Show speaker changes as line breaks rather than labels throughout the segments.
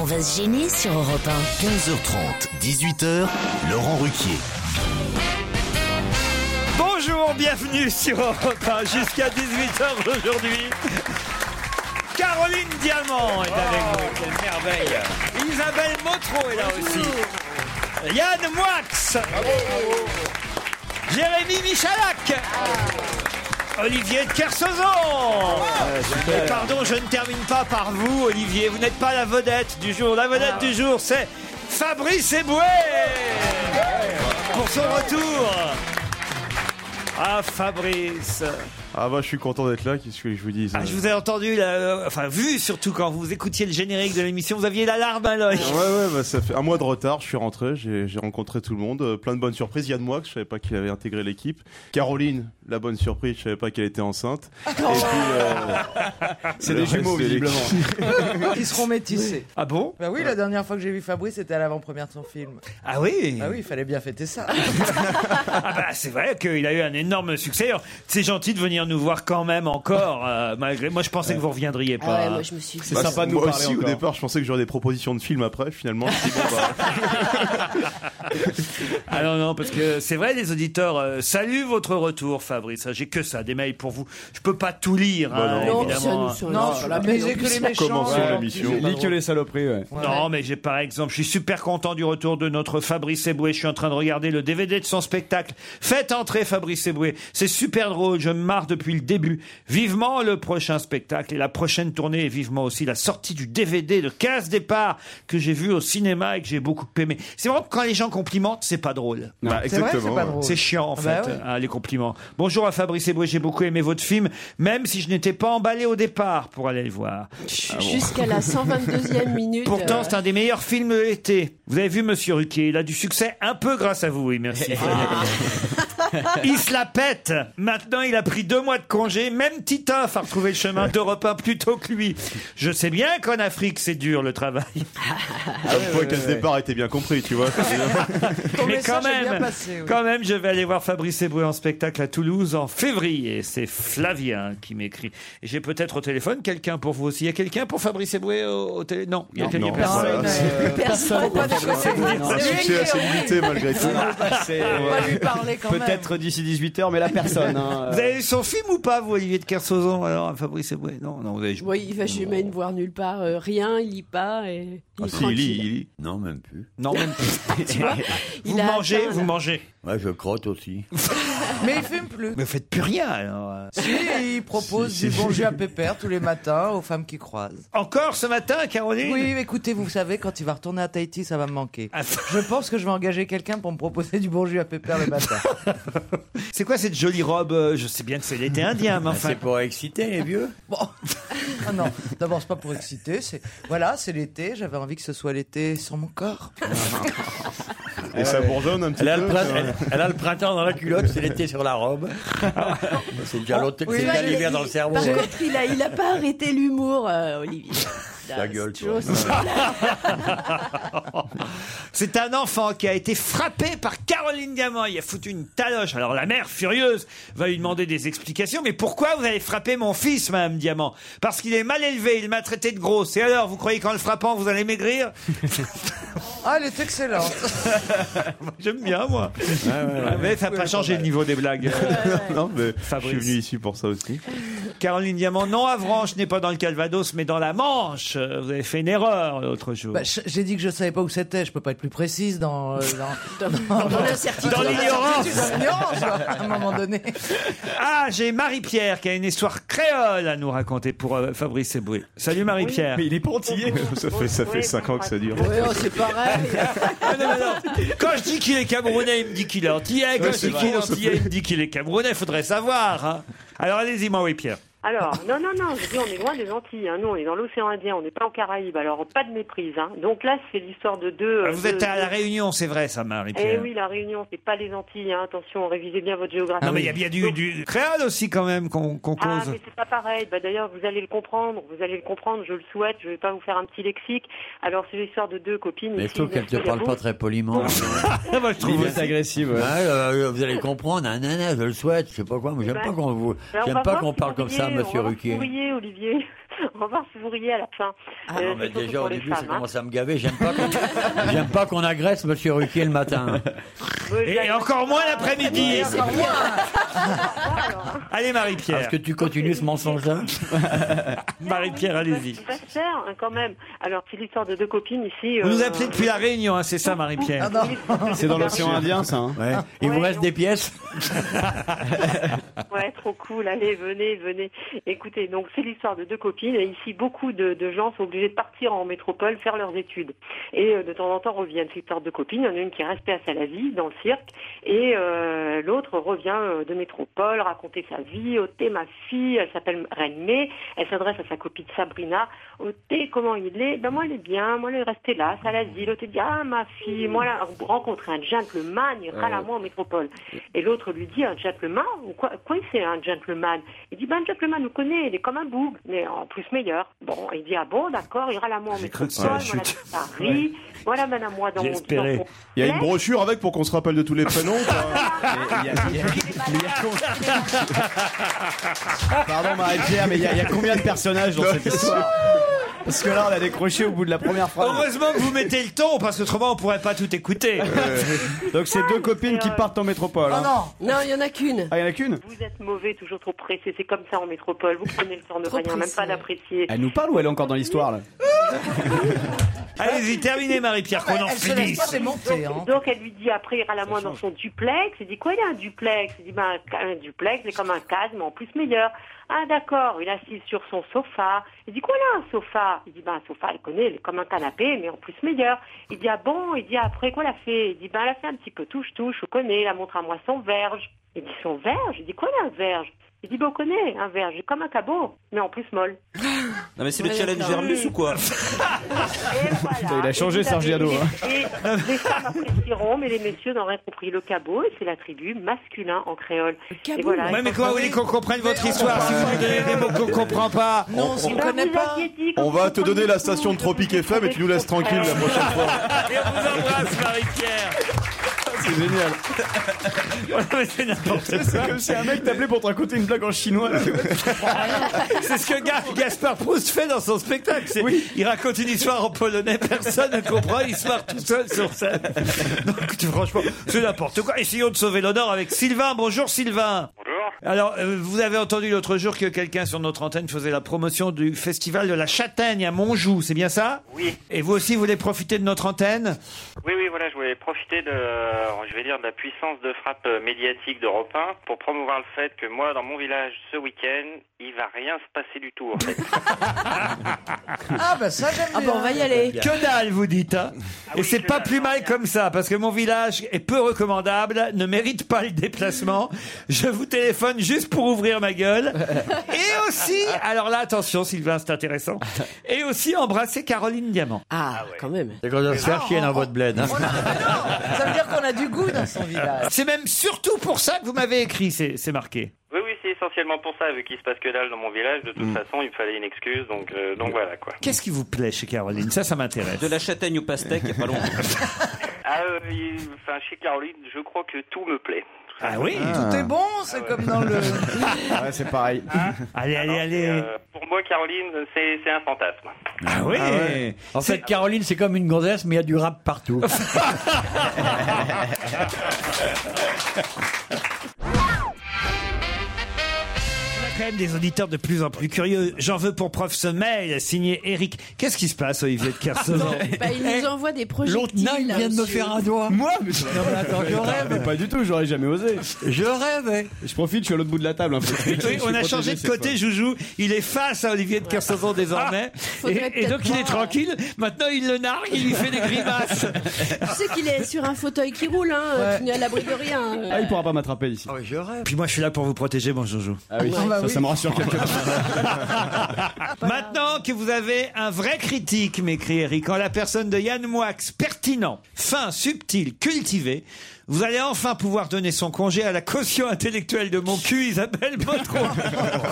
On va se gêner sur Europe 1.
15h30, 18h, Laurent Ruquier.
Bonjour, bienvenue sur Europe 1 jusqu'à 18h aujourd'hui. Caroline Diamant est avec nous, quelle merveille.
Ah,
Isabelle Motro est là aussi. Yann Moix. Jérémy Michalak. Olivier de Kersauzon. Et pardon, je ne termine pas par vous, Olivier. Vous n'êtes pas la vedette du jour. La vedette du jour, c'est Fabrice Eboué. Pour son retour. Ah, Fabrice.
Ah bah je suis content d'être là, qu'est-ce que je vous dis
Ah, je vous ai entendu, là, euh, enfin vu surtout quand vous écoutiez le générique de l'émission, vous aviez la larme à l'œil.
Ouais ouais bah ça fait un mois de retard, je suis rentré, j'ai j'ai rencontré tout le monde, euh, plein de bonnes surprises, Yann Moix, je savais pas qu'il avait intégré l'équipe, Caroline, la bonne surprise, je savais pas qu'elle était enceinte, et puis euh,
C'est
le
des
reste
jumeaux,
de l'équipe.
Ils seront métissés.
Ah bon
Bah oui, la dernière fois que j'ai vu Fabrice, c'était à l'avant-première de son film.
Ah oui
Ah oui, il fallait bien fêter ça.
Ah bah, c'est vrai qu'il a eu un énorme succès. Alors, C'est gentil de venir nous voir quand même encore, euh, malgré. Moi je pensais que vous reviendriez
Ah
pas. hein.
ouais, moi je me suis dit.
C'est sympa de nous
Bah, Moi
parler
aussi au
encore.
départ je pensais que j'aurais des propositions de films après, finalement je me dis, bon, bah,
Ah non, non, parce que c'est vrai, les auditeurs euh, saluent votre retour, Fabrice. Ah, J'ai que ça, des mails pour vous. Je peux pas tout lire,
Bah
hein,
non.
évidemment.
non, sur la mais j'ai que les méchants.
Commençons
Ouais,
l'émission.
c'est pas
Lis que
drôle.
les saloperies, ouais.
Non, mais j'ai par exemple, je suis super content du retour de notre Fabrice Eboué. Je suis en train de regarder le DVD de son spectacle. Faites entrer Fabrice Eboué. C'est super drôle. Je me marre depuis le début. Vivement le prochain spectacle et la prochaine tournée et vivement aussi la sortie du DVD de 15 départs que j'ai vu au cinéma et que j'ai beaucoup aimé. C'est vrai que quand les gens complimentent, c'est pas drôle.
bah,
C'est vrai,
exactement.
c'est pas
ouais.
drôle.
C'est chiant en fait,
Bah ouais.
hein, les compliments. Bonjour à Fabrice Eboué, j'ai beaucoup aimé votre film, même si je n'étais pas emballé au départ pour aller le voir. Ah
Ah
Jusqu'à la 122e minute.
Pourtant,
euh,
c'est un des meilleurs films de l'été. Vous avez vu, Monsieur Ruquier, il a du succès un peu grâce à vous, oui, merci. il se la pète. Maintenant, il a pris deux mois de congé. Même Titoff a retrouvé le chemin d'Europe 1 plus tôt que lui. Je sais bien qu'en Afrique, c'est dur le travail.
Ah,
Comme quoi qu'à ce départ était bien compris, tu vois.
Ton
Mais
message
quand
est bien
même,
passé, oui.
quand même, je vais aller voir Fabrice Eboué en spectacle à Toulouse en février. C'est Flavien qui m'écrit. Et J'ai peut-être au téléphone quelqu'un pour vous aussi. Il y a quelqu'un pour Fabrice Eboué au, téléphone Non, il y a
Non,
quelqu'un.
non,
Non,
personne.
Voilà.
mais, euh,
Personne
pas de
Un succès assez limité malgré tout.
C'est,
On va lui parler quand même.
Peut-être d'ici 18h, mais la personne. hein.
euh,
Vous avez vu son film ou pas, vous, Olivier de Kersauzon Alors, Fabrice Eboué Non, non, vous avez joué.
Oui, il va jamais me voir nulle part. euh, rien, il lit pas. Et,
Ah,
il est
Si, il
tranquille.
lit, il lit.
Non, même plus.
Non, même plus. vous
Il a
mangez,
atteint,
vous
là.
mangez.
Moi, je crotte aussi.
Mais il fume plus.
Mais vous faites plus rien, alors.
Si, il propose du bon jus à pépère tous les matins aux femmes qui croisent.
Encore ce matin, Caroline
Oui, écoutez, vous savez, quand il va retourner à Tahiti, ça va me manquer.
Ah,
Je pense que je vais engager quelqu'un pour me proposer du bon jus à pépère le matin.
C'est quoi cette jolie robe euh, Je sais bien que c'est l'été indien, mais
Ah,
enfin.
C'est pour exciter les vieux.
Bon. Ah non, d'abord, c'est pas pour exciter, c'est. Voilà, c'est l'été, j'avais envie que ce soit l'été sur mon corps.
Et ça bourgeonne un petit
Elle a, le
peu.
print- elle- elle a le printemps dans la culotte, c'est l'été sur la robe. Oh, C'est déjà l'automne,
Oui,
c'est
Tu
déjà
vois, bah, il-
l'hiver dans le
il-
cerveau.
Par contre, il a, il a pas arrêté l'humour, euh, Olivier. Là,
Ta
c'est
gueule,
toujours
toi.
aussi-
C'est un enfant qui a été frappé par Caroline Diamant. Il a foutu une taloche. Alors la mère, furieuse, va lui demander des explications. Mais pourquoi vous avez frappé mon fils, Madame Diamant Parce qu'il est mal élevé, il m'a traité de grosse. Et alors, vous croyez qu'en le frappant, vous allez maigrir
Ah, elle est excellente.
J'aime bien, moi. Ah, mais ça n'a pas changé le niveau des blagues.
Non, mais je
Fabrice.
suis venu ici pour ça aussi.
Caroline Diamant, non, Avranches n'est pas dans le Calvados, mais dans la Manche. Euh, Vous avez fait une erreur l'autre jour.
Bah, je- J'ai dit que je savais pas où c'était, je peux pas être plus précise dans, euh, dans,
Dans l'incertitude.
Dans l'ignorance.
dans l'ignorance, quoi, à un moment donné.
Ah, j'ai Marie-Pierre qui a une histoire créole à nous raconter pour euh, Fabrice Eboué. Salut Marie-Pierre.
Mais il est pontillé Ça fait, ça fait 5 ans que ça dure.
Ouais, oh, c'est pareil.
Ah, non, non, non. Quand je dis qu'il est camerounais, il me dit qu'il est antillais. Quand
Ouais,
je
c'est
dis qu'il est antillais, il me dit qu'il est camerounais. Faudrait savoir. hein. Alors allez-y, moi, oui, Pierre.
Alors, non, non, non, je dis on est loin des Antilles. hein. Nous, on est dans l'océan Indien, on n'est pas en Caraïbes. Alors, pas de méprise. hein. Donc là, c'est l'histoire de deux.
Ah,
euh,
Vous
deux-
êtes à La
deux-
Réunion, c'est vrai, ça, Marie-Pierre.
Eh oui, la Réunion, c'est pas les Antilles. hein. Attention, révisez bien votre géographie.
Non, Ah, mais il y a bien du, du créole aussi, quand même, qu'on qu'on
Ah,
cause.
mais c'est pas pareil. Bah, D'ailleurs, vous allez le comprendre. Vous allez le comprendre, je le souhaite. Je vais pas vous faire un petit lexique. Alors, c'est l'histoire de deux copines.
Mais je
ici,
trouve qu'elle te parle pas
Versailles-Bourg.
très poliment.
Ah, moi, je trouve
L'idée est agressive. ouais.
Ah, euh, vous allez comprendre, ah, nanana, je le souhaite, je sais pas quoi, mais
Bah,
j'aime
Ben,
pas qu'on vous,
Ben, on
j'aime
va
pas
voir
qu'on
si
parle
vous
comme ça,
riez,
Monsieur
on va voir si
Ruquier.
vous riez, Olivier. on va voir si vous riez à la fin.
Ah
Euh,
non,
c'est
mais
surtout
déjà
pour
au
les
début, ça
femmes, hein.
commence à me gaver. J'aime pas qu'on, j'aime pas qu'on agresse Monsieur Ruquier le matin.
Ouais,
Et
j'allais-
encore moins l'après-midi.
Alors, hein.
Allez,
Est-ce
Marie-Pierre.
que tu continues ce mensonge-là
Marie-Pierre, allez-y.
C'est pas cher, hein, quand même. Alors, c'est l'histoire de deux copines ici.
Vous nous
euh,
appelez depuis La Réunion, hein, c'est ça,
Ah
Marie-Pierre.
non.
C'est dans l'océan Indien, ça. hein.
Ouais. Il vous
Ouais,
reste
non.
des pièces
Ouais, trop cool. Allez, venez, venez. Écoutez, donc c'est l'histoire de deux copines. Et ici, beaucoup de, de gens sont obligés de partir en métropole faire leurs études. Et euh, de temps en temps reviennent. C'est l'histoire de deux copines. Il y en a une qui est restée à Salazie, dans le cirque. Et euh, l'autre revient euh, de métropole raconter sa vie. Au thé, ma fille, elle s'appelle Reine May. Elle s'adresse à sa copine Sabrina. Au thé, comment il est Ben moi, il est bien. Moi, il est resté là, Salazie. L'autre il dit, ah, ma fille, moi, là, rencontrer un gentleman, il râle à moi en métropole. Et l'autre lui dit un gentleman ou quoi, quoi c'est un gentleman Il dit ben un gentleman nous connaît, il est comme un bouc, mais en plus meilleur. Bon, il dit ah bon d'accord, il ira la moi en
J'ai cru que
métropole,
c'était la
voilà
chute.
Paris, voilà madame moi dans
J'ai
mon
espéré.
dans mon-
Il y a une
Mais-
brochure avec pour qu'on se rappelle de tous les prénoms. quoi.
Pardon, Marie-Pierre, mais il y, a- il y a combien de personnages dans cette histoire Parce que là, on a décroché au bout de la première phrase.
Heureusement que vous mettez le ton, parce qu'autrement, on pourrait pas tout écouter.
Donc, c'est deux copines qui partent en métropole.
Ah
hein.
non,
Non, il y en a qu'une.
Ah, il y en a qu'une
Vous êtes mauvais, toujours trop pressé, c'est comme ça en métropole, vous prenez le temps de
Trop
rien, même
pressé.
pas d'apprécier.
Elle nous parle ou elle est encore dans l'histoire, là
Allez-y, terminez, Marie-Pierre, qu'on en
elle se laisse pas
finisse.
démonter. Hein.
Donc elle lui dit après il la moi dans son duplex. Il dit quoi il a un duplex Il dit ben un, un duplex c'est comme un case mais en plus meilleur. Ah d'accord, il assise sur son sofa. Il dit quoi là un sofa Il dit ben un sofa elle connaît, il est comme un canapé mais en plus meilleur. Il dit ah bon Il dit après quoi elle a fait Il dit ben elle a fait un petit peu touche touche, on connaît. Elle a montré à moi son verge. Il dit son verge Il dit quoi là un verge il dit, ben, on connaît un verge, comme un cabot, mais en plus molle.
Non, mais c'est
le challenge Hermès ou
quoi
Et voilà.
il a changé,
Et vous
Serge
avez
Giano,
les-
hein.
et les femmes apprécieront, mais les messieurs n'auraient compris. Le cabot, et c'est l'attribut masculin en créole.
cabot.
et voilà.
Ouais, mais comment vous voulez qu'on comprenne votre histoire si vous nous donnez des mots qu'on comprend pas
Non, si on
Ben,
connaît
vous
pas.
aviez dit que vous
On va te
compreniez
donner la
tout,
station de
que
Tropique
vous
FM et tu nous laisses
comprenez
tranquille la
tout.
prochaine fois.
Et on vous embrasse, Marie-Pierre.
C'est génial.
Ouais, C'est n'importe quoi.
C'est comme si un mec t'appelait pour te raconter une blague en chinois. là.
C'est ce que Ga- Gaspard Proust fait dans son spectacle. C'est- Il raconte une histoire en polonais, personne ne comprend, il se marre tout seul sur scène. Donc tu- franchement, c'est n'importe quoi. Essayons de sauver l'honneur avec Sylvain. Bonjour Sylvain.
Bonjour.
Alors, euh, vous avez entendu l'autre jour que quelqu'un sur notre antenne faisait la promotion du festival de la châtaigne à Montjoux, c'est bien ça
Oui.
Et vous aussi, vous voulez profiter de notre antenne
Oui, oui, voilà, je voulais profiter de, euh, je vais dire, de la puissance de frappe euh, médiatique d'Europe 1 pour promouvoir le fait que moi, dans mon village, ce week-end, il va rien se passer du tout, en fait.
Ah bah ça j'aime
Ah
bien.
bon, on va y aller.
Que dalle, vous dites. hein Et
oui,
c'est
que
pas
dalle,
plus
non,
mal
rien.
comme ça, parce que mon village est peu recommandable, ne mérite pas le déplacement. Je vous téléphone juste pour ouvrir ma gueule. Et aussi, alors là, attention, Sylvain, c'est intéressant. Et aussi embrasser Caroline Diamant.
Ah, quand même.
C'est qu'on doit se faire chier dans votre bled. hein.
On a- non, ça veut dire qu'on a du goût dans son village.
C'est même surtout pour ça que vous m'avez écrit, c'est c'est marqué.
Oui, oui, c'est essentiellement pour ça, vu qu'il se passe que dalle dans mon village, de toute façon, il me fallait une excuse, donc, euh, donc voilà, quoi.
Qu'est-ce qui vous plaît chez Caroline Ça, ça m'intéresse.
la châtaigne au pastèque, il n'y a pas longtemps.
Ah, euh, il- enfin, chez Caroline, je crois que tout me plaît. Ah
Ah oui
Tout est bon, c'est comme dans le.
Ouais, c'est pareil.
Ah, Allez, allez, allez.
Euh, pour moi, Caroline, c'est c'est un fantasme.
Ah oui
Ah ouais.
En fait, Caroline, c'est comme une gonzesse, mais il y a du rap partout.
La
quand même des auditeurs de plus en plus curieux. J'en veux pour preuve ce mail signé Eric. Qu'est-ce qui se passe, Olivier de Kersauzon
Bah, il nous envoie des projectiles.
Eh, L'autre nain, il
là,
vient de me
monsieur.
faire un doigt.
Moi mais ça-
Non, mais attends, je
Mais
rêve.
pas du tout, j'aurais jamais osé.
Je rêve.
Je profite, je suis à l'autre bout de la table. hein, faut que je- je
Oui,
suis
on a
protégé
changé de
cette
côté,
fois.
Joujou. Il est face à Olivier de Kersauzon désormais.
Ah, Faudrait
et, et
peut-être
donc il est
voir.
tranquille. Maintenant il le nargue, il lui fait des grimaces.
Tu sais qu'il est sur un fauteuil qui roule, hein. Tu n'es à l'abri de rien. euh.
Ah, il pourra pas m'attraper ici.
Ah oui, je rêve.
Puis moi je suis là pour vous protéger, mon Joujou.
Ah oui,
Ah bah
ça,
oui.
ça me rassure quelque part.
Maintenant que vous avez un vrai critique, m'écrit Eric, en la personne de Yann Moix, pertinent, fin, subtil, cultivé, vous allez enfin pouvoir donner son congé à la caution intellectuelle de mon cul, Isabelle Botron.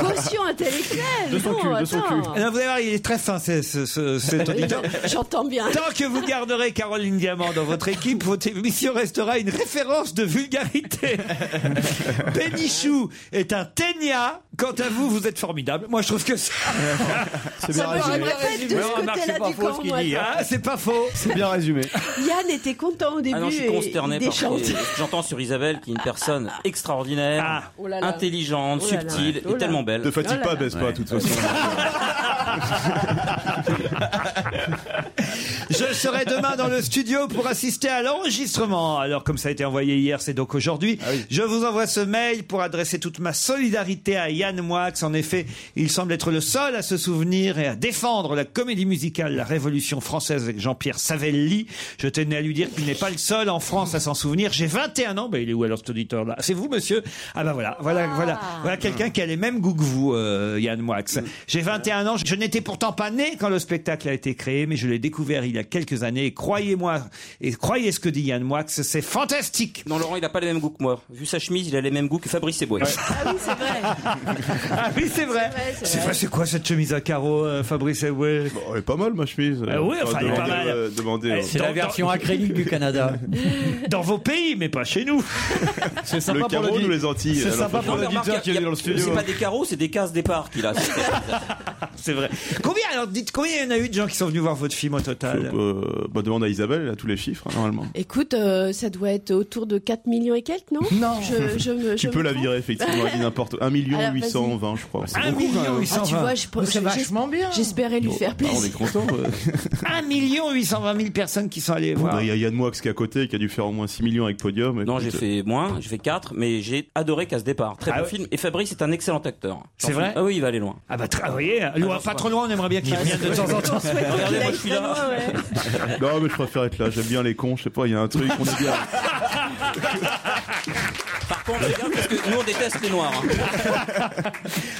Caution intellectuelle.
De son
non,
cul, de son
attends.
Alors, vous allez voir, il est très fin, ce- ce- ce- cet auditeur.
Ah J'entends bien.
Tant que vous garderez Caroline Diamant dans votre équipe, votre émission restera une référence de vulgarité. Bénichou est un ténia. Quant à vous, vous êtes formidable. Moi, je trouve que ça,
C'est
Ça
bien
me
résumé.
paraît pas être de ce côté-là du camp, moi.
Ah, c'est pas faux.
C'est bien résumé.
Yann était content au début.
Ah non, je suis
et
consterné
il
par ce
déchante.
que j'entends sur Isabelle, qui est une personne extraordinaire,
Ah.
Oh là là.
intelligente,
Oh là là.
subtile
Oh là.
et tellement belle.
Ne fatigue
Oh là
pas,
là.
baisse pas, de toute façon.
Je serai demain dans le studio pour assister à l'enregistrement. Alors, comme ça a été envoyé hier, c'est donc aujourd'hui. Je vous envoie ce mail pour adresser toute ma solidarité à Yann Moix. En effet, il semble être le seul à se souvenir et à défendre la comédie musicale La Révolution française avec Jean-Pierre Savelli. Je tenais à lui dire qu'il n'est pas le seul en France à s'en souvenir. J'ai 21 ans. Ben, il est où alors cet auditeur là C'est vous, monsieur Ah ben voilà, voilà, voilà, voilà quelqu'un qui a les mêmes goûts que vous, euh, Yann Moix.
Mm.
J'ai 21 ans. Je n'étais pourtant pas né quand le spectacle a été créé, mais je l'ai découvert il y a quelques années. Et croyez-moi, et croyez ce que dit Yann Moix, c'est fantastique.
Non, Laurent, il a pas les mêmes goûts que moi. Vu sa chemise, il a les mêmes goûts que Fabrice Eboué.
Ah oui, c'est vrai.
Ah oui, c'est vrai.
C'est vrai, c'est
C'est
vrai.
vrai, c'est quoi cette chemise à carreaux, euh, Fabrice Eboué
Bon, elle est pas mal, ma chemise.
Ah oui, enfin, elle est
demandez,
pas mal. Eh,
euh, demandez,
Elle-
euh,
C'est la
Dans-
version acrylique du Canada.
Dans vos pays, mais pas chez nous.
C'est
le
sympa pour
Cameroun ou
le
les Antilles
C'est
alors,
sympa
franchement,
pour
mais remarque,
l'auditeur qui
y
est
a-
venu dans le
y a-
studio.
C'est pas des carreaux, c'est des cases départ qu'il a.
C'est vrai. Combien alors dites combien il y en a eu de gens qui sont venus voir votre film au total
euh, bah, demande à Isabelle, elle a tous les chiffres, hein, normalement.
Écoute, euh, ça doit être autour de 4 millions et quelques, non
Non.
Je, je me,
Tu
je
peux
me
la
trompe
virer, effectivement, elle dit n'importe 1
Alors,
820, je crois.
1 million
Ah, tu vois, je,
C'est
je-
vachement bien.
j'espérais lui faire
Bah, on est
plaisir.
content. ouais. Bah,
1 million 820 000 personnes qui sont allées voir.
Il y a Yann Moix qui est à côté, qui a dû faire au moins 6 millions avec Podium. et
Non,
puis,
j'ai
euh,
fait moins, j'ai fait 4, mais j'ai adoré Casse départ. Très
Ah
bon
ouais.
film. Et Fabrice est un excellent acteur. J'en
C'est
suis-
vrai
Ah oui, il va aller loin.
Ah bah tra- vous voyez, loin, pas trop loin, on aimerait bien qu'il revienne de temps en temps.
Regardez, moi je suis là.
Non, mais je préfère être là, j'aime bien les cons, je sais pas, il y a un truc, on est bien.
Par contre, c'est bien parce que nous on déteste les noirs.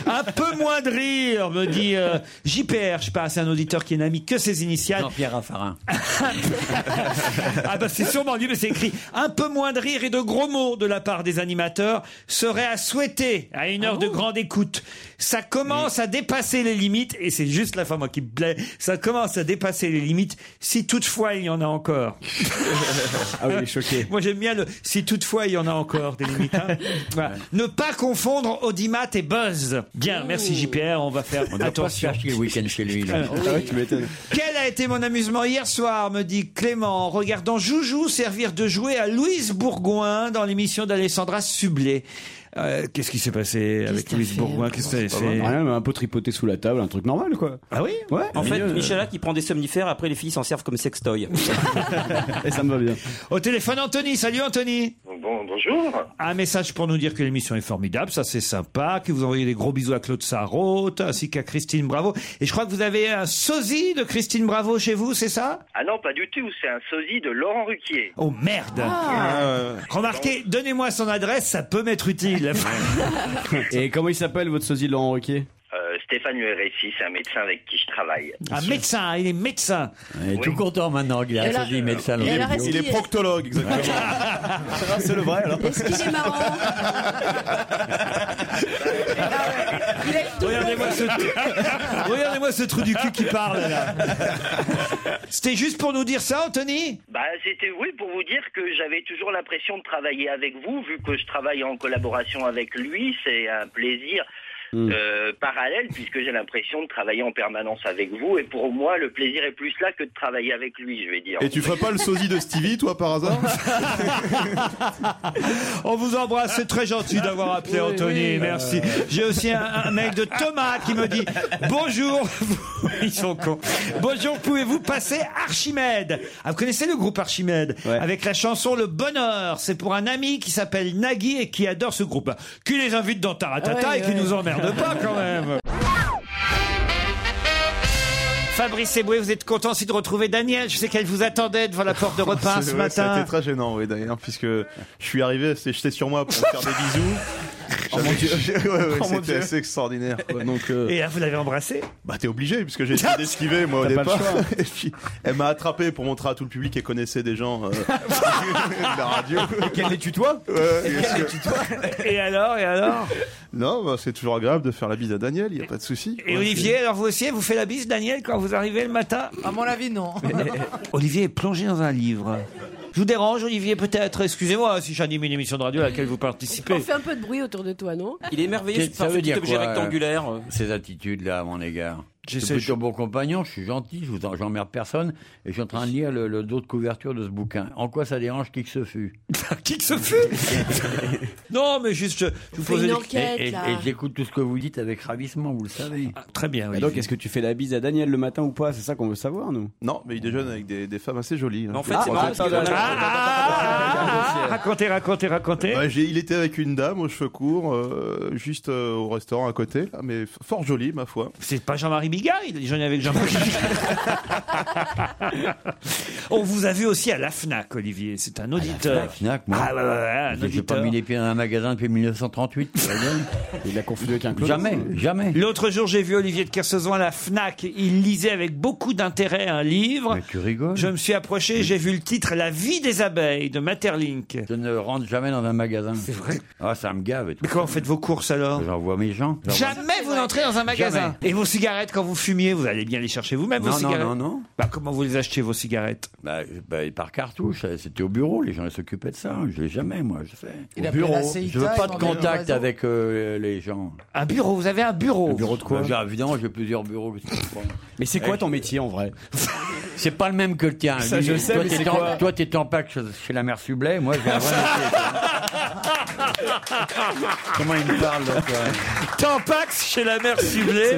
hein.
Un peu moins de rire, me dit euh, JPR, je sais pas, c'est un auditeur qui n'a mis que ses initiales.
Jean-Pierre Raffarin.
Ah bah c'est sûrement lui, mais c'est écrit un peu moins de rire et de gros mots de la part des animateurs serait à souhaiter à une heure de grande écoute. Ça commence à dépasser les limites et c'est juste la fin moi qui me plaît. Ça commence à dépasser les limites si toutefois il y en a encore.
Ah oui, il est choqué.
Moi j'aime bien le si toutefois il y en a encore des limites. hein. Voilà. Ne pas confondre Audimat et Buzz. Bien, merci JPR, on va faire
On doit pas se
attention.
faire chier le week-end chez lui. là.
Ah ouais, tu m'étonnes.
Quel a été mon amusement hier soir, me dit Clément, en regardant Joujou servir de jouet à Louise Bourgoin dans l'émission d'Alessandra Sublet. Euh, Qu'est-ce qui s'est passé avec
t'as
Louise
fait
Bourgoin Qu'est-ce que c'est- c'est-
Rien, mais un peu tripoté sous la table, un truc normal quoi.
Ah oui
Ouais.
En
euh.
fait,
milieu, euh,
Michalak qui prend des somnifères, après les filles s'en servent comme sextoy.
Et ça me va bien.
Au téléphone, Anthony. Salut Anthony.
Bon, bonjour.
Un message pour nous dire que l'émission est formidable, ça c'est sympa, que vous envoyez des gros bisous à Claude Sarraute, ainsi qu'à Christine Bravo. Et je crois que vous avez un sosie de Christine Bravo chez vous, c'est ça
Ah non, pas du tout, c'est un sosie de Laurent Ruquier.
Oh merde
Ah.
Euh, Remarquez, donnez-moi son adresse, ça peut m'être utile.
Et comment il s'appelle votre sosie Laurent Ruquier
Euh, Stéphane Uressi, c'est un médecin avec qui je travaille.
Un médecin, il est médecin.
Il est tout content maintenant qu'il a
Elle a-
choisi médecin.
Et alors, est-ce
Il est
qu'il
proctologue, exactement.
Ah, C'est le vrai alors.
est-ce qu'il est marrant Il a tout
Regardez-moi ce, Regardez ce trou du cul qui parle là. C'était juste pour nous dire ça, Anthony
Bah, c'était oui pour vous dire que j'avais toujours l'impression de travailler avec vous, vu que je travaille en collaboration avec lui, c'est un plaisir.
Hmm.
euh, parallèle, puisque j'ai l'impression de travailler en permanence avec vous. Et pour moi, le plaisir est plus là que de travailler avec lui, je vais dire.
Et tu ferais pas le sosie de Stevie, toi, par hasard
On vous embrasse, c'est très gentil d'avoir appelé
Oui,
Anthony,
oui. Euh.
merci. J'ai aussi un, un mail de Thomas qui me dit Bonjour, ils sont cons. Bonjour, pouvez-vous passer Archimède Ah, Vous connaissez le groupe Archimède Avec la chanson Le Bonheur. C'est pour un ami qui s'appelle Nagui et qui adore ce groupe. Qui les invite dans Taratata
Ouais,
et qui
ouais.
nous emmerde pas quand même. Fabrice Eboué, vous êtes content aussi de retrouver Daniel. Je sais qu'elle vous attendait devant la porte de repas
C'est-
ce
ouais, Ça a
matin.
été très gênant, oui, d'ailleurs, puisque je suis arrivé, c'est jeté sur moi pour me faire des bisous.
Oh mon Dieu.
J'avais- ouais, ouais,
Oh mon
c'était
Dieu.
assez extraordinaire. quoi. Donc, euh,
Et là, vous l'avez embrassé
bah, t'es obligé, puisque j'ai essayé d'esquiver, moi, au
T'as pas le
départ.
choix. hein.
Et puis, elle m'a attrapé pour montrer à tout le public qu'elle connaissait des gens euh, de la radio. Et
qu'elle les tutoie
ouais,
Et
bien
qu'elle
sûr.
Et alors, et alors
Non, bah, c'est toujours agréable de faire la bise à Daniel, il n'y a pas de souci.
Et Olivier, alors vous aussi, elle vous fait la bise, Daniel, quand vous arrivez le matin
À mon avis, non.
Olivier est plongé dans un livre. Je vous dérange, Olivier, peut-être. Excusez-moi si j'anime une émission de radio à laquelle vous
On
participez.
fait un peu de bruit autour de toi, non
Il est émerveillé
Qu'est-
par ce petit objet
quoi,
rectangulaire.
euh, ces attitudes-là, à mon égard. Je
sais,
suis plutôt bon compagnon, je suis gentil, je vous en- j'emmerde personne, et je suis en train de lire le, le dos de couverture de ce bouquin. En quoi ça dérange qui que ce fût
Qui que ce fût Non, mais juste, je je vous posais des-
Et, et- et j'écoute tout ce que vous dites avec ravissement, vous le savez.
Ah,
très bien,
Et donc, est-ce que tu fais la bise à Daniel le matin ou pas C'est ça qu'on veut savoir, nous
Non, mais il déjeune avec des, des femmes assez jolies. hein.
En fait, c'est marrant parce que-
attends, attends,
Ah,
attends,
Racontez, racontez, racontez.
Bah, j'ai- il était avec une dame aux cheveux courts, euh, juste euh, au restaurant à côté, là, mais f- fort jolie, ma foi.
C'est pas Jean-Marie Bigard, il est jeune avec Jean-Marie Bigard. On vous a vu aussi à la FNAC, Olivier. C'est un auditeur.
Bah, Fnac, moi.
Ah, ouais, ouais, ouais,
J'ai-
un
J'ai pas
auditeur.
mis les pieds dans un magasin depuis 1938. tu vois bien.
Il l'a confondu avec un clown.
Jamais, jamais.
L'autre jour, j'ai vu Olivier de Kersauzon à la FNAC. Il lisait avec beaucoup d'intérêt un livre.
Tu rigoles
Je me suis approché, j'ai vu le titre La vie des abeilles de Materlink.
Je ne rentre jamais dans un magasin. C'est vrai Ah, ça me gave.
Mais comment faites vos courses alors
J'envoie mes gens. J'envoie-
Jamais vous n'entrez dans un magasin. Et vos cigarettes, quand vous fumiez, vous allez bien les chercher vous-même,
Non,
vos
non,
cigarettes
non, non.
Bah, comment vous les achetez, vos cigarettes
Bah, bah, par cartouche, euh, c'était au bureau, les gens ils s'occupaient de ça. hein. Je l'ai jamais, moi, je fais.
Il
au
appelait
bureau.
la CITA,
je veux
il
pas de
demandait le
contact
réseau.
avec euh, les gens.
Un bureau, vous avez un bureau Bah,
Le bureau de quoi Bah, Évidemment, j'ai plusieurs bureaux.
Mais c'est quoi ton métier en vrai
Eh, C'est pas le même que le tien.
Ça,
Lui,
je sais,
toi,
mais
t'es
c'est
en-
quoi
Toi, t'es en pack chez, chez la mère Sublet, moi, j'ai un vrai métier. Comment il me parle, euh là, toi
Tampax chez la mère Oh. ciblée.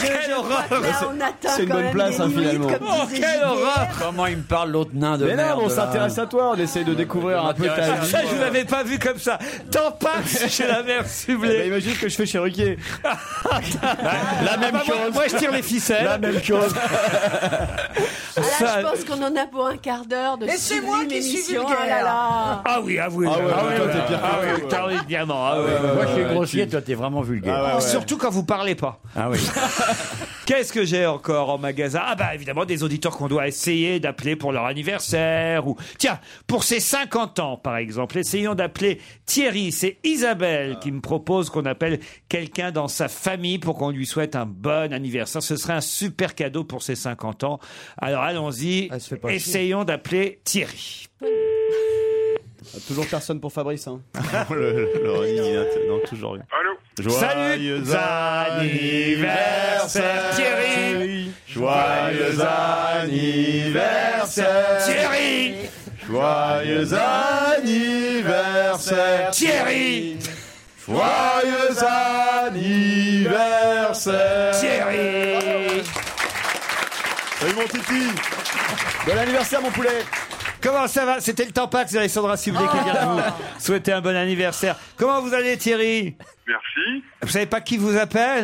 Quelle
Ah,
horreur
on atteint quand même
hein,
des limites, comme
Oh,
disait
quelle
JDR.
horreur
Comment il me parle, l'autre nain de
Mais non,
merde,
on
là.
s'intéresse à toi, on essaye de découvrir un peu ta vie.
Ça, je ne l'avais pas vu comme ça. Tampax chez la mère
Eh
ciblée.
ben, imagine ce que je fais chez Ruquier.
Ah bah, moi, moi, je tire les ficelles.
La même chose.
Ah là,
Ça-
je pense qu'on en a pour un quart d'heure de
Laissez-moi
sublime
qui suis
émission.
vulgaire.
Ah là là.
Ah oui, ah oui. Ah
ouais, toi, t'es pire
ah
que
oui,
nous, ouais.
t'as envie de diamant, ah oui.
Moi, je suis grossier, toi, t'es vraiment vulgaire.
Ah, Surtout quand vous parlez pas.
Ah oui.
Qu'est-ce que j'ai encore en magasin Ah bah évidemment des auditeurs qu'on doit essayer d'appeler pour leur anniversaire ou tiens pour ses 50 ans par exemple essayons d'appeler Thierry c'est Isabelle qui me propose qu'on appelle quelqu'un dans sa famille pour qu'on lui souhaite un bon anniversaire ce serait un super cadeau pour ses 50 ans alors allons-y
Elle se Ah, fait pas chier.
essayons d'appeler Thierry
Ah, Toujours personne pour Fabrice. Hein.
Ah, le, le Rémi, il est- non, toujours rien. Allô
Salut anniversaire Thierry
Joyeux anniversaire
Thierry
Joyeux anniversaire
Thierry
Joyeux anniversaire
Thierry
Salut mon titi
Bon anniversaire, mon poulet.
Comment ça va C'était le temps Pax d'Alessandra Sublet qui vient de vous souhaiter un bon anniversaire. Comment vous allez Thierry
Merci.
Vous savez pas qui vous appelle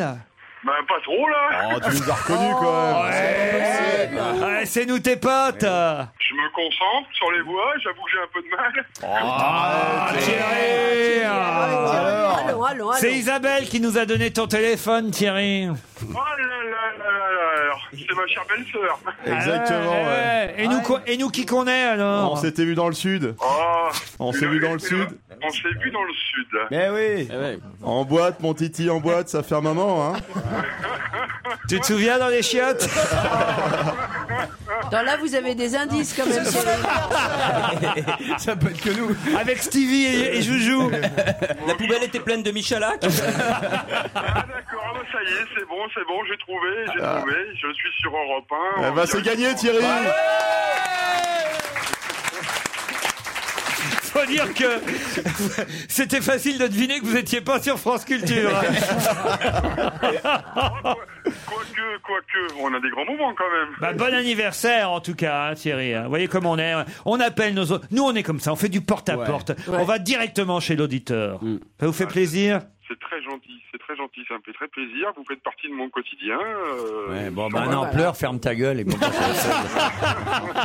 Ben, pas trop, là.
Oh, tu nous as reconnus
Oh,
quand même
Ouais, ouais, Ah, C'est nous tes potes
Je me concentre sur les voix, j'avoue que j'ai un peu de mal.
Ah, Thierry
Allons, allons, allons.
euh, C'est Isabelle qui nous a donné ton téléphone Thierry.
Oh là là là là là là. C'est ma chère belle-sœur.
Exactement,
Ah
ouais.
ouais, ouais. Et, nous, co- et nous qui qu'on est
On
alors
s'était vu dans le sud
Oh.
On s'est vu dans le sud
On s'est vu dans le sud.
Mais oui.
Eh
En boîte, mon titi, en boîte, ça fait un moment, hein
Tu te souviens dans les chiottes
Dans là, vous avez des indices quand même.
Ça peut être que nous.
Avec Stevie et, et Joujou.
La poubelle était pleine de Michalak.
Ah bah ça y est, c'est bon, c'est bon, j'ai trouvé, j'ai
Ah.
trouvé, je suis sur Europe 1.
Eh ben, c'est gagné, Thierry.
Faut dire que c'était facile de deviner que vous étiez pas sur France Culture. hein.
Oh, Quoique, quoique, on a des grands moments quand même.
Bah, bon anniversaire en tout cas, hein, Thierry. hein. Vous voyez comme on est. hein. On appelle nos. autres. Nous, on est comme ça. On fait du porte à porte.
Ouais.
On va directement chez l'auditeur.
Mm.
Ça vous fait plaisir
C'est très gentil, c'est très gentil, ça me fait très plaisir, vous faites partie de mon quotidien. euh,
Ouais, bon,
voilà.
bah, non, pleure, ferme ta gueule et bon, bah,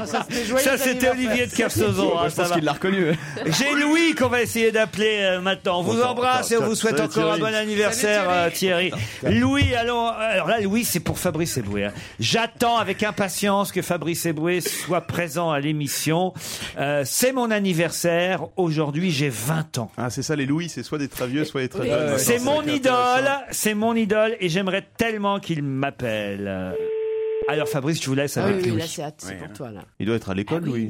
Ça,
Ça, c'était Olivier de Kersauzon. hein,
Je
ça
pense
va.
qu'il l'a reconnu.
J'ai Louis qu'on va essayer d'appeler euh, maintenant. On vous
Bonsoir,
embrasse et on
bonsoir.
vous souhaite
Salut,
encore un
Thierry.
bon anniversaire,
Salut,
euh, Thierry. Louis, allons. euh, Alors là, Louis, c'est pour Fabrice Eboué. hein. J'attends avec impatience que Fabrice Eboué soit présent à l'émission. Euh, c'est mon anniversaire. Aujourd'hui, j'ai 20 ans.
Ah, c'est ça, les Louis, c'est soit des très vieux, soit des très jeunes.
Euh, C'est mon
vrai que-
idole, c'est mon idole et j'aimerais tellement qu'il m'appelle. Euh, Alors Fabrice, je vous laisse
Ah
avec
oui, oui,
Louis.
là, c'est à- c'est
hein.
pour toi, là.
hein. Il doit être à l'école, Louis.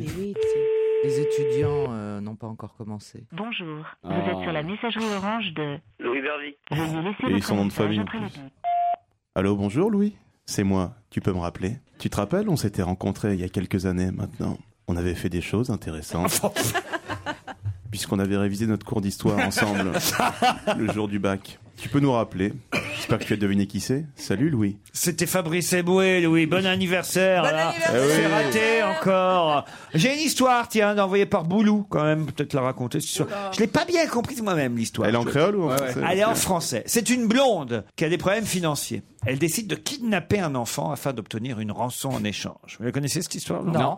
Les étudiants euh, n'ont pas encore commencé.
Bonjour, vous
Ah.
êtes sur la messagerie orange de...
Louis Bervi.
Veuillez laisser
Et
votre
son nom de
message
famille, en
après le
plus.
bip.
Allô, bonjour Louis. C'est moi. Tu peux me rappeler Tu te rappelles On s'était rencontrés il y a quelques années maintenant. On avait fait des choses intéressantes. Puisqu'on avait révisé notre cours d'histoire hein, ensemble le jour du bac. Tu peux nous rappeler J'espère que tu as deviné qui c'est. Salut Louis.
C'était Fabrice Eboué, Louis. Bon anniversaire.
Bon
là.
anniversaire.
C'est
Eh oui.
raté encore. J'ai une histoire, tiens, envoyée par Boulou, quand même. Peut-être la raconter. c'est sûr. Je l'ai pas bien comprise moi-même, l'histoire.
Elle est en créole ou en
Ouais, ouais.
français
Elle est en français. C'est une blonde qui a des problèmes financiers. Elle décide de kidnapper un enfant afin d'obtenir une rançon en échange. Vous la connaissez cette histoire
Non.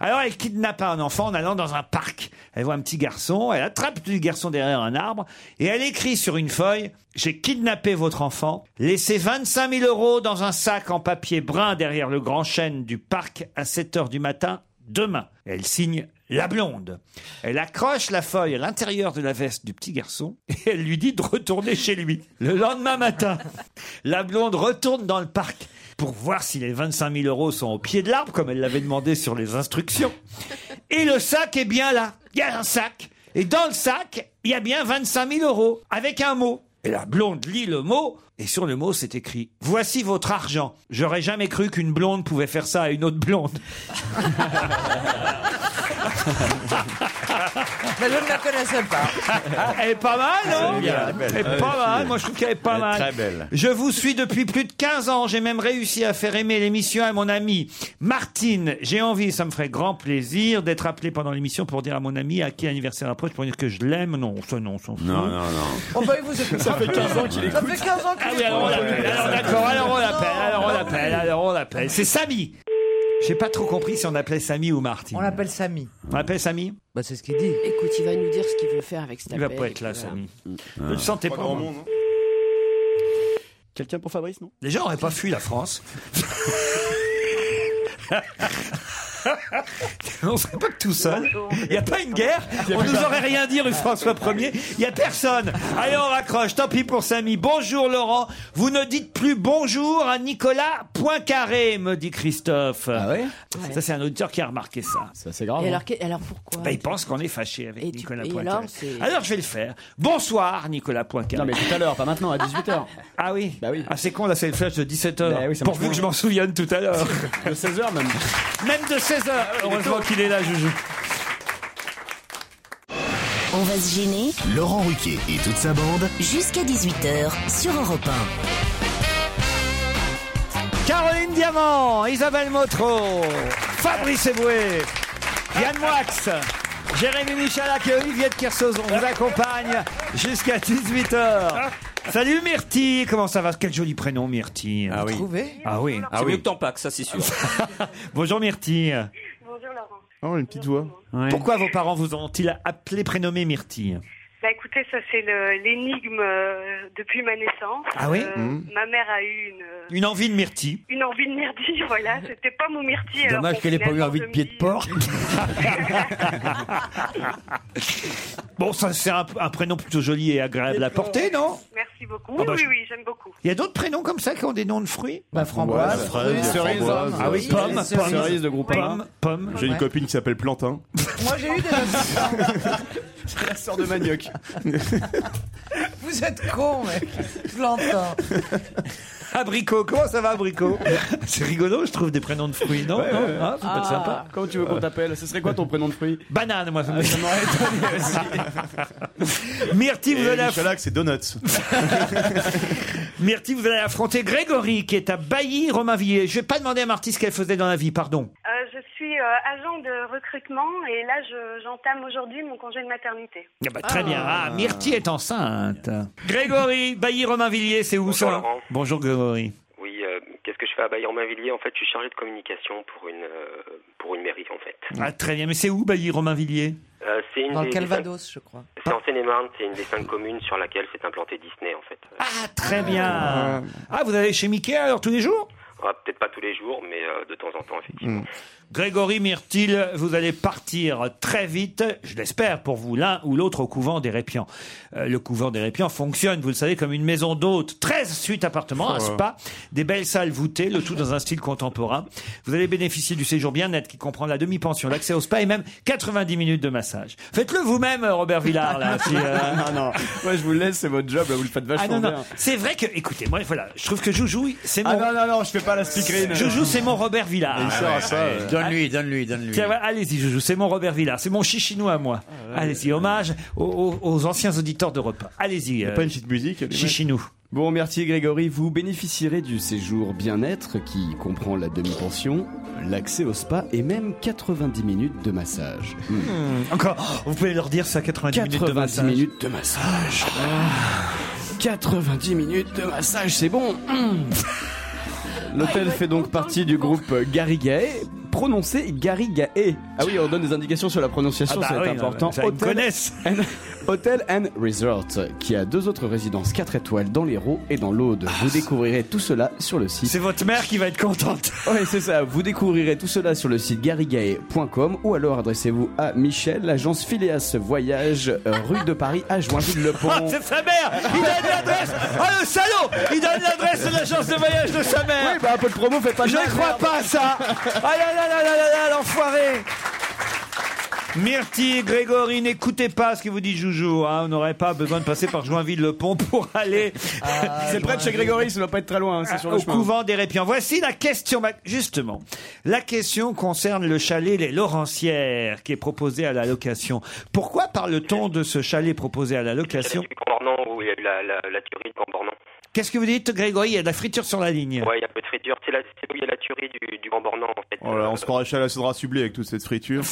Alors elle kidnappe un enfant en allant dans un parc. Elle voit un petit garçon, elle attrape le petit garçon derrière un arbre et elle écrit sur une feuille J'ai kidnappé votre enfant, laissez 25 000 euros dans un sac en papier brun derrière le grand chêne du parc à 7 heures du matin demain. Elle signe la blonde. Elle accroche la feuille à l'intérieur de la veste du petit garçon et elle lui dit de retourner chez lui. Le lendemain matin, la blonde retourne dans le parc pour voir si les 25 000 euros sont au pied de l'arbre, comme elle l'avait demandé sur les instructions. Et le sac est bien là. Il y a un sac. Et dans le sac, il y a bien 25 000 euros, avec un mot. Et la blonde lit le mot, et sur le mot, c'est écrit « Voici votre argent. J'aurais jamais cru qu'une blonde pouvait faire ça à une autre blonde. »
Mais je ne la connaissais pas.
Elle est pas mal, non
Elle est bien, elle est belle.
Elle est
Elle est
pas mal.
belle.
Moi, je trouve qu'elle est pas
Elle est
mal.
très belle.
Je vous suis depuis plus de 15 ans. J'ai même réussi à faire aimer l'émission à mon amie Martine. J'ai envie, ça me ferait grand plaisir d'être appelé pendant l'émission pour dire à mon amie à qui l'anniversaire approche pour dire que je l'aime. Non, ça non, on s'en fout. Euh,
Non, non, non.
Oh, bah, il vous écoute
Ça
pas
fait
plus.
15 ans qu'il
Ça fait 15 ans qu'il
Ah oui,
écoute.
alors on l'appelle. Alors d'accord, alors on l'appelle, alors on l'appelle, alors on l'appelle. C'est Samy. J'ai pas trop compris si on appelait Samy ou Martine.
On l'appelle Samy.
On l'appelle Samy
Bah, c'est ce qu'il dit.
Écoute, il va nous dire ce qu'il veut faire avec cet
Il
appel.
va pas être là,
Voilà.
Samy. Ne le sentez pas. moi.
Quelqu'un pour Fabrice, non
Les gens n'auraient pas fui la France. On serait pas que tout seul. Il n'y a pas une guerre. On nous aurait rien dit, rue François 1er. Il n'y a personne. Allez, on raccroche. Tant pis pour Samy. Bonjour, Laurent. Vous ne dites plus bonjour à Nicolas Poincaré, me dit Christophe. Ah ouais? Ça, c'est un auditeur qui a remarqué ça. Ça, c'est grave. hein.
Et alors, que- alors pourquoi
Bah, il pense qu'on est fâché avec Nicolas
et
Poincaré.
alors,
Alors,
c'est-
je vais le faire. Bonsoir Nicolas Poincaré.
Non, mais tout à l'heure, pas maintenant, à 18h.
Ah oui Bah oui. Ah c'est con là, c'est le flash de 17h.
Bah oui, ça marche
pourvu que je m'en souvienne tout à l'heure.
De 16h même.
Même de 16h. Heureusement qu'il est là, Juju.
On va se gêner
Laurent Ruquier et toute sa bande.
jusqu'à 18h sur Europe
Caroline Diamant, Isabelle Motro, Fabrice Eboué, Yann Moix, Jérémy Michalak et Olivier de Kersauzon vous accompagnent jusqu'à 18h. Salut Myrtille, comment ça va Quel joli prénom Myrtille. Ah oui.
Trouvé
Ah oui.
C'est mieux que t'en pack, ça c'est sûr.
Bonjour Myrtille.
Bonjour Laurent.
Oh, une petite voix.
Pourquoi vos parents vous ont-ils appelé prénommé Myrtille
Bah écoutez, ça c'est le- l'énigme euh, depuis ma naissance. Euh,
Ah oui
Mmh.
Mhm.
Ma mère a eu une, euh,
Une envie de Myrtille.
une envie de myrtille, voilà. C'était pas mon myrtille. alors
Dommage
qu'au
qu'elle ait pas eu
final,
envie de
je
pied de porc.
bon, ça c'est un, un prénom plutôt joli et agréable à porter, non
me- Merci merci beaucoup.
Ah bah,
oui,
je-
oui, j'aime beaucoup.
Il y a d'autres prénoms comme ça qui ont des noms de fruits
Bah, framboise, Framboise, fraise, fraise, cerise, framboise.
Ah oui,
Oui,
pomme,
les
pomme,
cerises. Cerises de groupe A.
Pomme, pomme.
J'ai une copine qui s'appelle Plantin.
Moi, j'ai eu des assistants.
C'est la sœur de Manioc.
Vous êtes con, mec. Je l'entends.
Abricot, comment ça va, Abricot C'est rigolo, je trouve des prénoms de fruits, non,
Ouais,
non
ouais.
Hein, ça peut être
Ah.
sympa.
Comment tu veux qu'on t'appelle Ce serait quoi ton prénom de fruit Ah,
Banane, moi, ça me
Ça m'aurait étonné aussi.
Myrtille, vous
Et
allez aff-
Michalak, c'est Donuts.
Myrtille, vous allez affronter Grégory, qui est à Bailly-Romainvilliers. Je vais pas demander à Marty ce qu'elle faisait dans la vie, pardon.
Euh, je suis euh, agent de recrutement et là, je- j'entame aujourd'hui mon congé de maternité.
Ah bah, très bien. Ah, Myrtille est enceinte. Grégory, Bailly-Romainvilliers, c'est où ça Bonjour, Grégory.
Oui, euh, qu'est-ce que je fais à Bailly-Romainvilliers En fait, je suis chargé de communication pour une, euh, pour une mairie, en fait.
Ah, très bien. Mais c'est où, Bailly-Romainvilliers
Euh, c'est une
Dans le
des-
Calvados, je crois.
C'est en Seine-et-Marne, c'est une des cinq communes sur laquelle s'est implanté Disney, en fait.
Ah, très bien. Ah, vous allez chez Mickey, alors, tous les jours
Ah, Peut-être pas tous les jours, mais euh, de temps en temps, effectivement.
Mm.
Grégory Myrtil, vous allez partir très vite, je l'espère pour vous, l'un ou l'autre au couvent des Répians. Euh, le couvent des Répians fonctionne, vous le savez, comme une maison d'hôtes. 13 suites appartements, un
Oh.
spa, des belles salles voûtées, le tout dans un style contemporain. Vous allez bénéficier du séjour bien-être qui comprend la demi-pension, l'accès au spa et même 90 minutes de massage. Faites-le vous-même, Robert Villard, là. si, euh,
Non, non. Moi, je vous le laisse, c'est votre job, là, vous le faites
Ah
vachement
non,
bien.
non. C'est vrai que, écoutez, moi, voilà, je trouve que Joujou, c'est mon...
Ah non, non, non, je fais pas la speakerine.
Joujou, c'est mon Robert Villard.
Il sort ça, ouais. Donne-lui,
donne-lui, donne-lui. allez-y, Joujou, c'est mon Robert Villard, c'est mon chichinois à moi. allez-y, hommage aux, aux- aux anciens auditeurs d'Europe. Allez-y.
Y a
euh,
pas une petite musique les mecs
Chichinou.
Bon, merci Grégory, vous bénéficierez du séjour bien-être qui comprend la demi-pension, l'accès au spa et même 90 minutes de massage. Hmm.
Hmm, Encore, vous pouvez leur dire ça 90, minutes de
90
massage. Ah.
minutes de massage. 90 minutes de massage, c'est bon.
Ah,
L'hôtel fait donc partie du groupe Garigae, prononcé Garigae. Ah oui, on donne des indications sur la prononciation,
Ah bah
c'est
oui,
important.
ça, ils me connaissent.
and, Hotel and Resort, qui a deux autres résidences 4 étoiles dans l'Hérault et dans l'Aude. Vous découvrirez tout cela sur le site.
Ah, C'est votre mère qui va être contente.
Oui, c'est ça. Vous découvrirez tout cela sur le site garigae.com ou alors adressez-vous à Michel, l'agence Phileas Voyage, euh, rue de Paris à
Ah,
Joinville-le-Pont.
c'est sa mère Il donne l'adresse Ah, le salaud Il donne l'adresse de l'agence de voyage de sa mère Euh,
Oui, bah un peu de promo, faites pas de
Je
mal,
ne crois
merde.
pas à ça Ah là là là là là là, l'enfoiré Myrtille, Grégory, n'écoutez pas ce que vous dit Joujou. hein. On n'aurait pas besoin de passer par Joinville-le-Pont pour aller.
Ah,
C'est près de chez Grégory, ça doit pas être très loin, hein, c'est sur le
au
chemin.
couvent des Répians. Voici la question, ma- justement. La question concerne le chalet Les Laurentières qui est proposé à la location. Pourquoi parle-t-on de ce chalet proposé à la location
Cambornan, où il y a eu la, la, la tuerie de Cambornan.
Qu'est-ce que vous dites, Grégory Il y a de la friture sur la ligne.
Ouais, il y a un peu de friture. C'est là c'est où il y a la tuerie du, du Cambornan, en fait.
Oh là, on se croirait chez la Sodra Sublé avec toute cette friture.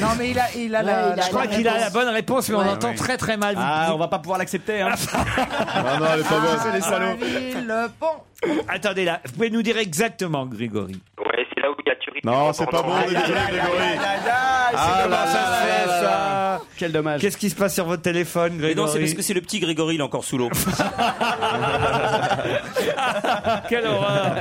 Non, mais il a, Ah, il a la.
je crois qu'il a la bonne réponse, mais on
Ouais.
entend
Ouais.
très très mal.
Ah, on va pas pouvoir l'accepter. Hein.
Ah
non, non, elle est pas bonne.
c'est les salauds. Ah, Le pont.
Attendez là, vous pouvez nous dire exactement, Grégory. ah,
Ouais, c'est là où il y a la tuerie
Non, c'est pas bon, on est désolé, Grégory.
Ah,
bah, ça se fait, ça.
Quel dommage.
Qu'est-ce qui se passe sur votre téléphone,
Mais non, c'est
Grégory
parce que c'est le petit Grégory, il est encore sous l'eau.
Quelle horreur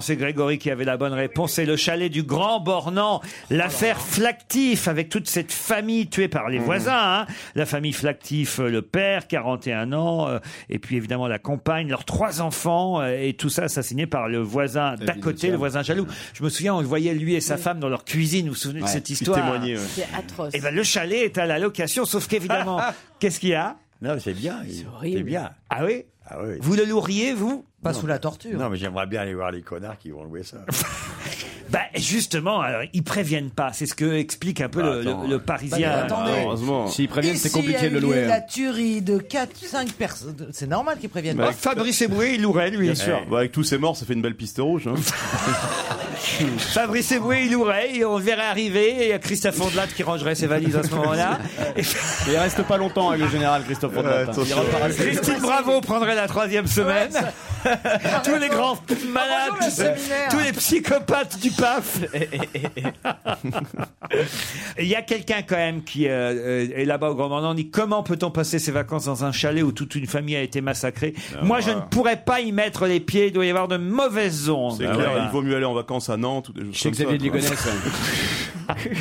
C'est Grégory qui avait la bonne réponse. C'est le chalet du Grand Bornand.
Oh
L'affaire Flactif, avec toute cette famille tuée par
Mmh.
les voisins. hein. La famille Flactif, euh, le père, 41 ans, euh, et puis évidemment la compagne, leurs trois enfants, euh, et tout ça assassiné par le voisin d'à côté, le voisin jaloux. Je me souviens, on le voyait lui et sa femme dans leur cuisine. Vous vous souvenez de
Ouais,
cette
ils
histoire
témoignaient, ouais.
C'est atroce.
Eh ben, le chalet est à la location, sauf qu'évidemment, qu'est-ce qu'il y a
Non, c'est bien. il- C'est
horrible.
Eh bien.
Ah oui
Ah oui.
Vous le loueriez, vous
Pas sous la torture. Non, mais j'aimerais bien aller voir les connards qui vont louer ça.
Bah justement, alors, ils préviennent pas. C'est ce que explique un peu le, le- le Parisien.
Bah, mais attendez. Ah,
heureusement. S'ils préviennent, c'est
Ici,
compliqué de le
il y a eu
hein.
louer. hein.
La tuerie de 4, 5 personnes. C'est normal qu'ils préviennent.
Bah,
pas.
Oh, Fabrice Eboué, il louerait, lui.
Bien sûr. Bah, avec tous ces morts, ça fait une belle piste rouge. hein.
Fabrice Eboué, il louerait, et on le verrait arriver, et il y a Christophe Ondelat qui rangerait ses valises à ce moment-là.
Il reste pas longtemps avec le général Christophe Ondelat.
attention.
Il repart assez vite.
Christine Bravo prendrait la troisième semaine. tous les grands malades,
Ah, bonjour, le séminaire. Eh,
tous les psychopathes du PAF. Il y a quelqu'un quand même qui euh, euh, est là-bas au Grand Bornand. On dit comment peut-on passer ses vacances dans un chalet où toute une famille a été massacrée Moi, je ne pourrais pas y mettre les pieds. Il doit y avoir de mauvaises ondes. Bah,
C'est clair, il vaut mieux aller en vacances vacances à Nantes ou des choses
Chez
comme ça,
Xavier de
quoi.
Ligonnès,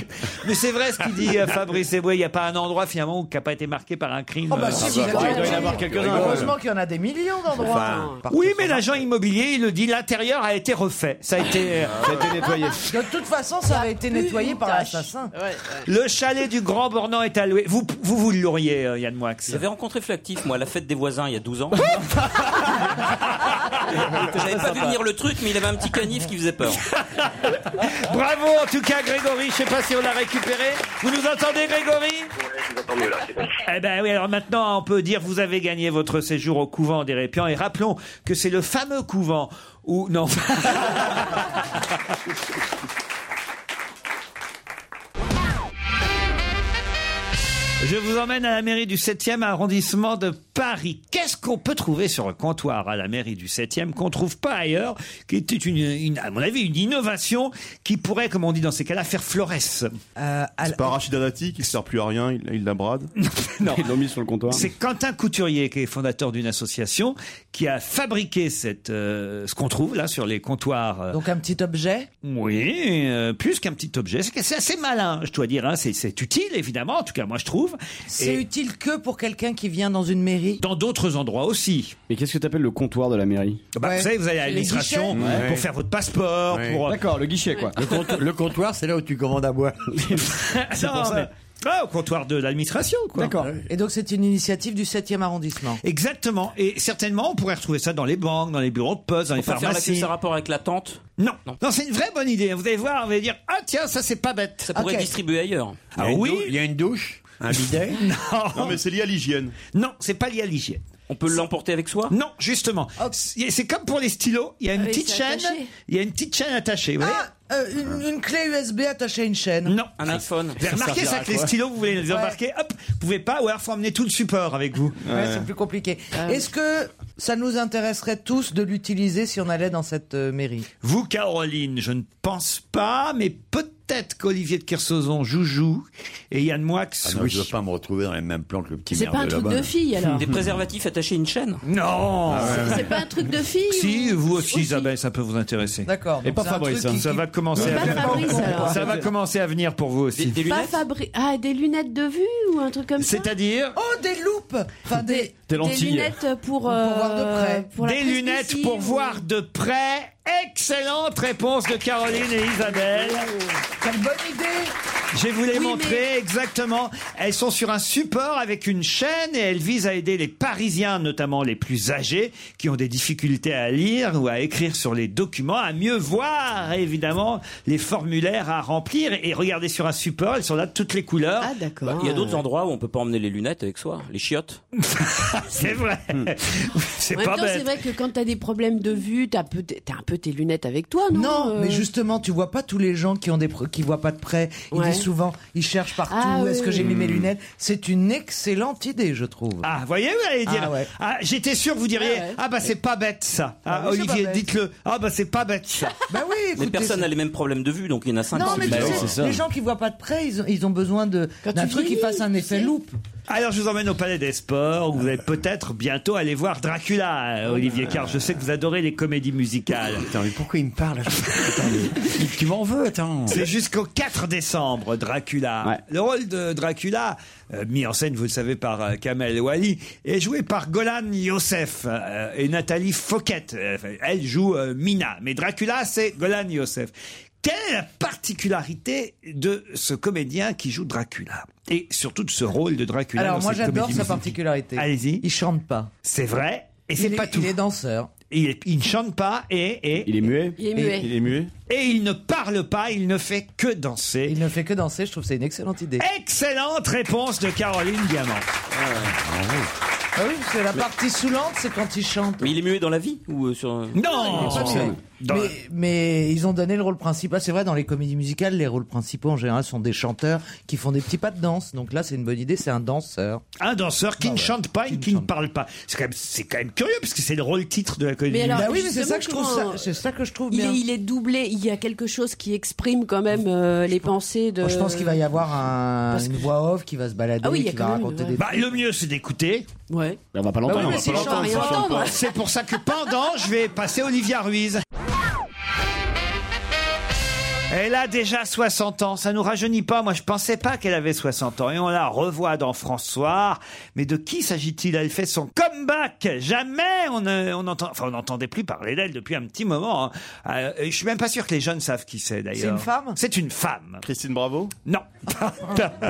Mais c'est vrai ce qu'il dit euh, Fabrice Eboué, il n'y a pas un endroit finalement qui n'a pas été marqué par un crime.
Oh bah
euh,
si,
ah
vous
bah,
avez
bah, il
raison.
doit y en avoir quelques-uns.
Heureusement qu'il y en a des millions d'endroits.
Enfin, oui, mais l'agent immobilier, il le dit, l'intérieur a été refait. Ça a été, euh, ça a été nettoyé.
De toute façon, ça avait été nettoyé par l'assassin.
Le chalet du Grand Bornand est alloué. Vous, vous, vous l'auriez, euh, Yann Moix.
J'avais rencontré Flactif, moi, à la fête des voisins, il y a 12 ans. J'avais pas vu venir le truc, mais il avait un petit canif qui faisait peur.
Bravo en tout cas, Grégory. Je sais pas si on l'a récupéré. Vous nous entendez, Grégory Eh ben oui, alors maintenant, on peut dire vous avez gagné votre séjour au couvent des Répians. Et rappelons que c'est le fameux couvent où... Non. Je vous emmène à la mairie du 7e arrondissement de Paris. Qu'est-ce qu'on peut trouver sur le comptoir à la mairie du 7e qu'on trouve pas ailleurs, qui était une, une- à mon avis une innovation qui pourrait, comme on dit dans ces cas-là, faire floresse.
C'est pas Rachida Dati qui sert plus à rien, il, il la brade.
Non.
Ils l'ont mis sur le comptoir.
C'est Quentin Couturier qui est fondateur d'une association qui a fabriqué cette euh, ce qu'on trouve là sur les comptoirs. euh,
Donc un petit objet
oui, euh, plus qu'un petit objet, c'est que c'est assez malin, je dois dire. hein. C'est- C'est utile, évidemment. En tout cas, moi, je trouve.
C'est
Et-
utile que pour quelqu'un qui vient dans une mairie
Dans d'autres endroits aussi.
Mais qu'est-ce que t'appelles le comptoir de la mairie
Bah, Vous savez, vous allez à
Les
l'administration
guichets. Ouais.
pour faire votre passeport.
Ouais.
Pour...
D'accord, le guichet, quoi.
euh, Le, compte- le comptoir, c'est là où tu commandes à boire.
C'est pour ça. Ah, au comptoir de l'administration, quoi.
D'accord. Et donc c'est une initiative du 7e arrondissement.
Exactement. Et certainement, on pourrait retrouver ça dans les banques, dans les bureaux de poste, dans les
Faut pas faire la
pharmacies.
ce rapport avec la tente.
Non. non, c'est une vraie bonne idée. Vous allez voir, vous allez dire Ah, tiens, ça, c'est pas bête.
Ça pourrait être distribué ailleurs.
Ah oui
Il y a une douche
Un bidet non. mais c'est lié à l'hygiène. Non, c'est pas lié à l'hygiène.
On peut l'emporter avec soi
Non, justement. C'est c'est comme pour les stylos, il y a une
Oh. Ah oui,
petite
c'est
chaîne,
attaché.
il y a une petite chaîne attachée, vous voyez
Ah, euh, une, une clé USB attachée à une chaîne.
Non.
Un iPhone.
Vous avez remarqué ça que les stylos, vous voulez les
Ouais.
embarquer, hop, vous pouvez pas, ou alors faut emmener tout le support avec vous.
Ouais, c'est plus compliqué. Est-ce que ça nous intéresserait tous de l'utiliser si on allait dans cette euh, mairie
Vous, Caroline, je ne pense pas, mais peut-être qu'Olivier de Kersauzon, Joujou et Yann Moix,
Ah non,
oui.
Je ne veux pas me retrouver dans les mêmes plans que le petit
C'est
maire
pas un
de
truc
là-bas.
de fille, alors.
Des préservatifs attachés à une chaîne
Non
Ah
C'est pas un truc de fille
Ah Si, vous aussi, Isabelle, ça peut vous intéresser.
D'accord.
donc c'est un truc qui-
hein, Ça va commencer
Mais
à
pas Fabrice, alors.
venir. Ça va commencer à venir pour vous aussi.
Pas Fabri- Ah, des lunettes de vue ou un truc comme ça
C'est-à-dire
Oh, des loupes Enfin, des,
Des lentilles.
lunettes pour, euh,
voir de près.
pour la
Des
prise
lunettes
d'ici,
pour
ou-
voir de près. Excellente réponse de Caroline et Isabelle.
Oh, Quelle bonne idée
Je vais vous les montrer exactement. Elles sont sur un support avec une chaîne et elles visent à aider les Parisiens, notamment les plus âgés, qui ont des difficultés à lire ou à écrire sur les documents, à mieux voir évidemment les formulaires à remplir. Et regardez sur un support, elles sont là de toutes les couleurs. Ah
Bah,
d'accord.
Il y a d'autres endroits où on peut pas emmener les lunettes avec soi, les chiottes. Hmm.
c'est vrai. c'est
En même temps, c'est vrai que quand t'as des problèmes de vue, t'as peu- t'as un peu tes lunettes avec toi, non
Ah Non,
euh
mais justement, tu vois pas tous les gens qui ont des pro- qui voient pas de près. Ils
Ouais.
disent souvent, ils cherchent partout.
Ah,
Est-ce
oui,
que j'ai
oui.
mis mes
Hmm.
lunettes C'est une excellente idée, je trouve.
Ah, voyez, vous allez dire.
Ah,
Ah,
ouais.
j'étais sûr que vous diriez.
Ah ouais.
Ah, bah, c'est pas bête, ça. Ah,
oui, c'est pas
Olivier,
bête.
dites-le. Ah, bah, c'est pas bête, ça.
Bah oui,
Mais
écoutez,
personne
c'est-
n'a les mêmes problèmes de vue, donc il y en a 5
Non, mais tu sais, les gens qui voient pas de près, ils ont, ils ont besoin de d'un
tu
truc qui
vieillis,
fasse un effet loupe.
Alors, je vous emmène au Palais des Sports, où vous allez peut-être bientôt aller voir Dracula, euh, Olivier, car je sais que vous adorez les comédies musicales.
Attends, mais pourquoi il me parle Tu m'en veux, attends.
C'est jusqu'au 4 décembre, Dracula. Le rôle de Dracula, euh, mis en scène, vous le savez, par euh, Kamel Wally, est joué par Golan Youssef euh, et Nathalie Fauquette. Euh, elle joue euh, Mina. Mais Dracula, c'est Golan Youssef. Quelle est la particularité de ce comédien qui joue Dracula Et surtout de ce rôle de Dracula
Alors
dans
moi
cette
j'adore
comédie
sa
musicale.
particularité.
Allez-y.
Il chante pas.
C'est vrai, et c'est
Il est-
pas tout.
Il est danseur.
Il, est- il ne chante pas et, et...
Il est muet
Il est muet.
est muet. Et il ne parle pas, il ne fait que danser.
Il ne fait que danser. Je trouve que c'est une excellente idée.
Excellente réponse de Caroline Diamant.
Ah oui, parce que la partie saoulante, c'est quand il chante.
Mais il est muet dans la vie ou euh, sur
Non,
Pas
sur
muet.
scène.
Dans-
mais, mais ils ont donné le rôle principal. C'est vrai, dans les comédies musicales, les rôles principaux en général sont des chanteurs qui font des petits pas de danse. Donc là, c'est une bonne idée, c'est un danseur.
Un
Ah
danseur qui ne chante pas et qui ne parle pas. C'est quand même, c'est quand même curieux parce que c'est le rôle titre de la comédie.
Mais alors,
bah oui, mais c'est
justement,
ça que je trouve
comment,
ça, c'est ça que je trouve
Il
bien.
est, il est doublé, il y a quelque chose qui exprime quand même euh, les pensées de.
Moi, je pense qu'il va y avoir un, une voix off qui va se balader,
Ah oui, il y a
qui
quand
va
même une
raconter
vraie-
des.
Bah, le mieux, c'est d'écouter.
Ouais.
On va pas
Bah oui,
l'entendre.
mais si je chante
rien
pas, je chante
entendre.
pas. C'est pour ça que pendant, je vais passer Olivia Ruiz. Elle a déjà 60 ans, ça nous rajeunit pas. Moi, je pensais pas qu'elle avait 60 ans. Et on la revoit dans François. Mais de qui s'agit-il Elle fait son comeback. Jamais on ne- on entend, enfin, on n'entendait plus parler d'elle depuis un petit moment. hein. Euh, et je suis même pas sûr que les jeunes savent qui c'est d'ailleurs.
C'est une femme
C'est une femme. Christine Bravo Non.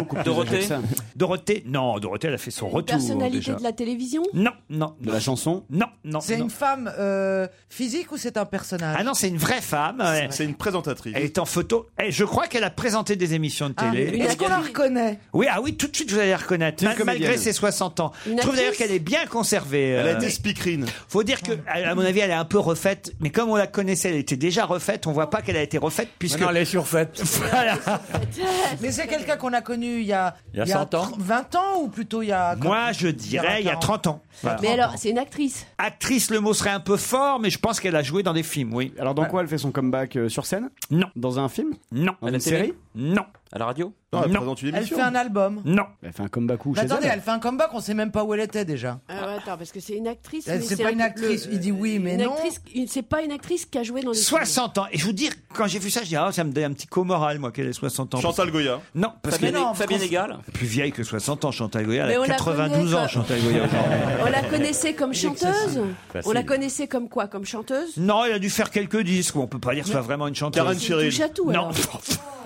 plus Dorothée âgée que ça.
Dorothée Non, Dorothée, elle a fait son retour.
Personnalité
déjà.
de la télévision
Non, non. De la chanson Non, non.
C'est
non.
une femme euh, physique ou c'est un personnage
Ah non, c'est une vraie femme. C'est une présentatrice. Elle est en photo. Et je crois qu'elle a présenté des émissions de
Ah,
télé.
Est-ce qu'on la reconnaît
Oui, ah oui, tout de suite vous allez la reconnaître,
Une
mal-
comédienne.
malgré ses 60 ans.
Une
Je trouve
actrice
d'ailleurs qu'elle est bien conservée.
Elle a été
speakerine. Faut dire que, à à mon avis, elle est un peu refaite, mais comme on la connaissait, elle était déjà refaite, on voit pas qu'elle a été refaite puisque.
Maintenant, elle est surfaite.
Voilà.
Mais c'est quelqu'un qu'on a connu il y a,
Il y a 100 ans
20 ans ou plutôt il y a.
Moi, je dirais, il y a 30 ans. Voilà.
Mais alors, c'est une actrice.
Actrice, le mot serait un peu fort, mais je pense qu'elle a joué dans des films, oui.
Alors dans quoi elle fait son comeback euh, sur scène
Bah. Non.
Dans un film
Non.
Dans
À la
une
télé
série
Non.
À la radio
Non, elle présente une
Elle fait un album.
Non.
Elle fait un comeback où
Mais
chez
attendez,
elle
elle fait un comeback, on sait même pas où elle était déjà.
Ah ouais, attends, parce que c'est une actrice.
Elle,
mais
c'est pas
un-
une actrice, il dit oui, mais
une
non.
actrice- une- c'est pas une actrice qui a joué dans les. films.
60 ans. Et je vous dire, quand j'ai vu ça, je dis, ah, ça me donne un petit coup au moral, moi, qu'elle ait 60 ans.
Chantal Goya.
Non, parce
Fabienne,
que.
Fabienne Égale
Plus vieille que 60 ans, Chantal Goya.
Mais
Elle
on
a
la
92
connaît,
ans,
quoi.
Chantal Goya.
On la connaissait comme chanteuse
Facile.
On la connaissait comme quoi Comme chanteuse
Non, elle a dû faire quelques disques. On peut pas dire que ce soit vraiment une chanteuse.
Karen C'est Cheryl. touche à tout,
Non.
alors.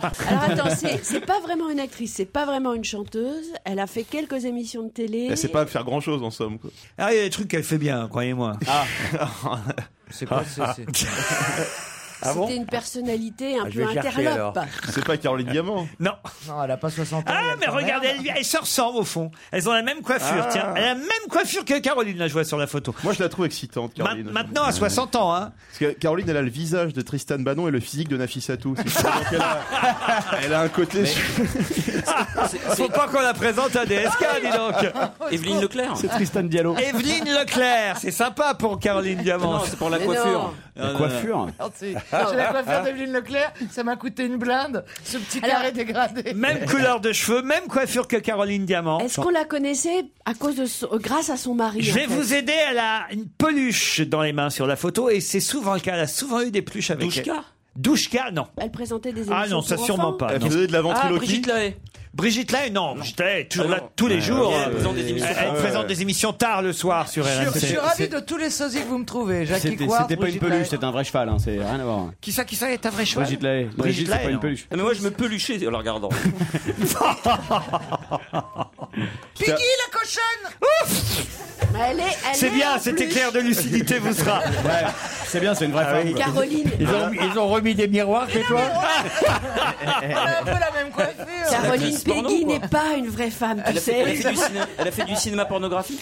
Alors attends, c'est c'est pas vraiment une actrice, c'est pas vraiment une chanteuse. Elle a fait quelques émissions de télé.
Elle sait Eh, pas faire grand chose en somme. Quoi.
Ah, il y a des trucs qu'elle fait bien, croyez-moi. Ah.
C'est
quoi, c'est-
ça Ah
C'était une personnalité un
Ah, je
peu
vais chercher,
interlope.
C'est pas Caroline Diamant.
Non.
Non, elle a pas 60 ans.
Ah, mais regardez, elles, elles se ressemblent au fond. Elles ont la même coiffure,
Ah.
tiens. Elle a la même coiffure que Caroline, là, je vois sur la photo.
Moi, je la trouve excitante, Caroline.
maintenant, à 60 ans, hein.
Parce que Caroline, elle a le visage de Tristan Bannon et le physique de Nafissatou. C'est justement qu'elle a- Elle a un côté.
Faut pas qu'on la présente à DSK, dis donc.
Evelyne Leclerc.
C'est Tristan Diallo.
Evelyne Leclerc, c'est sympa pour Caroline Diamant.
Non, c'est pour la Mais coiffure. non.
La coiffure
J'ai la coiffure d'Evelyne Leclerc, ça m'a coûté une blinde, ce petit carré dégradé.
Même couleur de cheveux, même coiffure que Caroline Diamant.
Est-ce qu'on la connaissait à cause de son- euh, grâce à son mari
Je vais
en fait
vous aider, elle a une peluche dans les mains sur la photo et c'est souvent le cas, elle a souvent eu des peluches avec
Douchka
elle. Douchka, non.
Elle présentait des émissions
Ah non, ça
pour
sûrement
enfants.
pas.
Elle
non.
faisait de la ventriloquie. Ah, Brigitte
Lahaye.
Brigitte Lahaye, non. Brigitte Lahaye, est toujours
Ah,
là
non.
tous les
Ouais,
jours.
ouais, elle présente des émissions.
Elle- elle
Ouais,
présente
ouais.
des émissions tard le soir sur
Je suis
RMC.
ravi de tous les sosies que vous me trouvez. Jackie
C'était
Coart,
c'était pas une
Brigitte
peluche,
Lahaye.
c'était un vrai cheval, hein, c'est rien à voir.
Qui ça, qui ça est un vrai cheval
Brigitte Lahaye. Brigitte, c'est pas une peluche.
Ah, mais moi, je me peluchais en la regardant.
Piggy la cochonne Ouf
Elle est, elle
C'est
est en
bien, cet
plus.
éclair de lucidité vous sera.
C'est bien, c'est une vraie femme. quoi.
Caroline.
Ah Ils ont, ils ont remis des miroirs chez toi
Elle a un peu la même coiffure.
Caroline
l'actrice porno,
Peggy
quoi.
n'est pas une vraie femme, tu
Elle a, fait, elle a fait
sais.
du cinéma, elle a fait du cinéma pornographique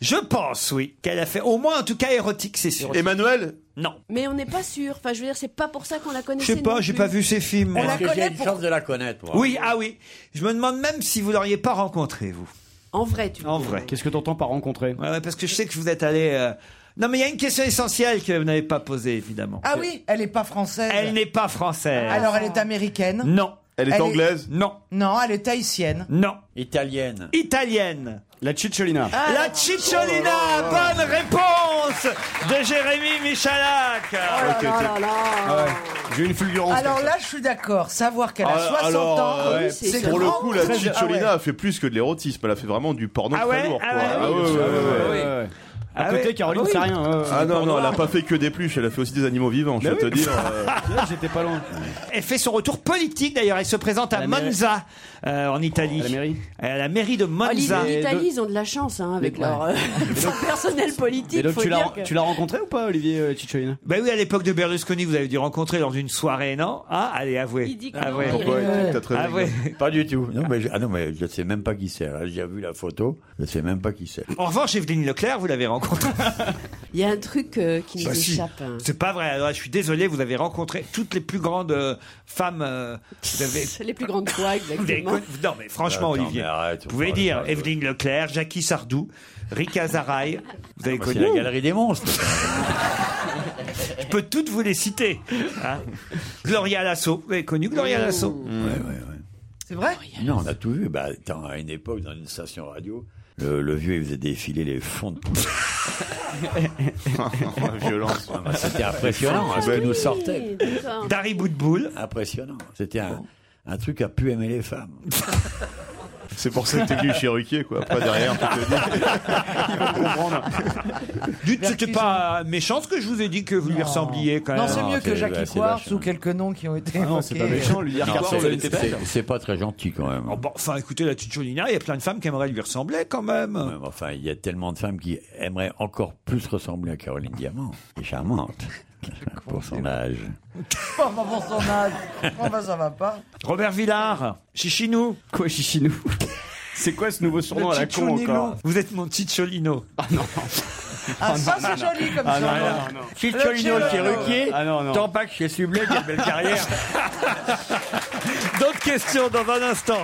Je pense, oui, qu'elle a fait au moins, en tout cas, érotique, c'est sûr.
Emmanuel
Non.
Mais on n'est pas sûr. Enfin, je veux dire, c'est pas pour ça qu'on la
Je
connaissait.
sais pas,
Oh, non
j'ai
plus.
pas vu ses films. moi.
Est-ce que j'ai une chance de la connaître moi
Oui, ah oui. Je me demande même si vous l'auriez pas rencontré, vous.
En vrai, tu.
En vrai.
Qu'est-ce que t'entends par rencontrer
Ouais, ouais, parce que je sais que vous êtes allé. euh, Non, mais il y a une question essentielle que vous n'avez pas posée, évidemment.
Ah oui, elle est pas française.
Elle n'est pas française.
Alors elle est américaine.
Non.
Elle est
Elle est-
anglaise.
Non.
Non, elle est tahitienne.
Non.
Italienne.
Italienne.
La Cicciolina.
Ah.
La Cicciolina,
Oh
bonne réponse de Jérémy Michalak.
Oh là là là.
Ah ouais. J'ai eu une fulgurance.
Alors là, je suis d'accord. Savoir qu'elle a
Ah,
60
alors,
ans,
ouais,
c'est
pour le
grand
coup, la
très-
Cicciolina
Ah
a fait plus que de l'érotisme. Elle a fait vraiment du porno
Ah ouais
très lourd. quoi.
Ah ouais, oui,
ouais, ouais, ouais, ouais.
À
Ah
côté,
ouais.
Caroline,
Ah oui.
c'est rien. ouais, ouais.
Ah non, non, elle a pas fait que des pluches, elle a fait aussi des animaux vivants, je
Mais
vais te
oui.
dire. euh,
Là, J'étais pas loin.
Elle fait son retour politique d'ailleurs. Elle se présente à,
la mairie.
Monza, euh, en Italie.
À la mairie.
À la mairie de
Ah,
Monza.
l'Italie, l'Italie, ils ont de la chance hein, avec
Mais-
leur, euh, leur personnel
Et
politique.
donc,
faut
tu l'as
dire que-
tu l'as rencontrée ou pas, Olivier euh, Cicciolina
Ben oui, à l'époque de Berlusconi, vous avez dû rencontrer lors d'une soirée, non Ah, allez, avouez.
Il dit que
Ah
avouez.
non.
Pourquoi t'as très bien
Avouez.
Pas du tout. Ah Non, mais je, ah non, mais je sais même pas qui c'est. Là, J'ai vu la photo, je sais même pas qui c'est.
En revanche, Evelyne Leclerc, vous l'avez rencontrée.
Il y a un truc euh, qui nous
Bah si.
échappe. hein.
C'est pas vrai. Alors, je suis désolé, vous avez rencontré toutes les plus grandes euh, femmes. euh, vous avez-
C'est les plus grandes quoi
vous avez
exactement
connu- Non, mais franchement,
Attends,
Olivier.
mais arrête,
vous
on
pouvez
parle
dire
pas de-
Evelyne Leclerc, Jackie Sardou, Rika Zaraï. Vous avez
Bah, C'est
connu.
la galerie des monstres.
Je peux toutes vous les citer. hein. Gloria Lasso. Vous avez connu Gloria Lasso
Ouais, ouais, ouais.
Mmh. C'est vrai
Non, on a tout vu. Bah, attends, à une époque, dans une station radio, Le, le vieux, il faisait défiler les fonds de
La violence.
Ah bah, C'était impressionnant
Ah
hein, ce
oui,
qui nous sortait.
d'accord.
Dari Boudboul.
Impressionnant. C'était un, un truc à pu aimer les femmes.
C'est pour ça que t'es venu chez Ruquier, quoi. Après, derrière, tu te dis.
Dites, c'était pas méchant ce que je vous ai dit que vous lui ressembliez quand même.
Non,
Ah,
c'est mieux que Jackie Quartz ou quelques noms qui ont été.
Ah
évoqués.
Non,
Quartz,
c'est-
elle était belle.
hein.
c'est- C'est pas très gentil quand même.
Oh, bon, enfin, écoutez, la petite Jolina, il y a plein de femmes qui aimeraient lui ressembler quand même.
Ouais, mais enfin, il y a tellement de femmes qui aimeraient encore plus ressembler à Caroline Diamant. Et charmante. Pour son âge.
Oh, bah, pour son âge. Oh, bah, ça va pas.
Robert Villard, Chichinou.
Quoi, Chichinou C'est quoi ce nouveau surnom
Le
à la con
Cicciolino.
encore
Vous êtes mon Cicciolino.
Ah non
Ah,
Oh,
ça,
non,
c'est
non,
joli
non.
comme
Ah,
ça.
non, non, non.
Cicciolino
Le
chez Ruquier,
Ah, non, non.
tant pas que chez Sublet, quelle belle carrière.
D'autres questions dans un instant.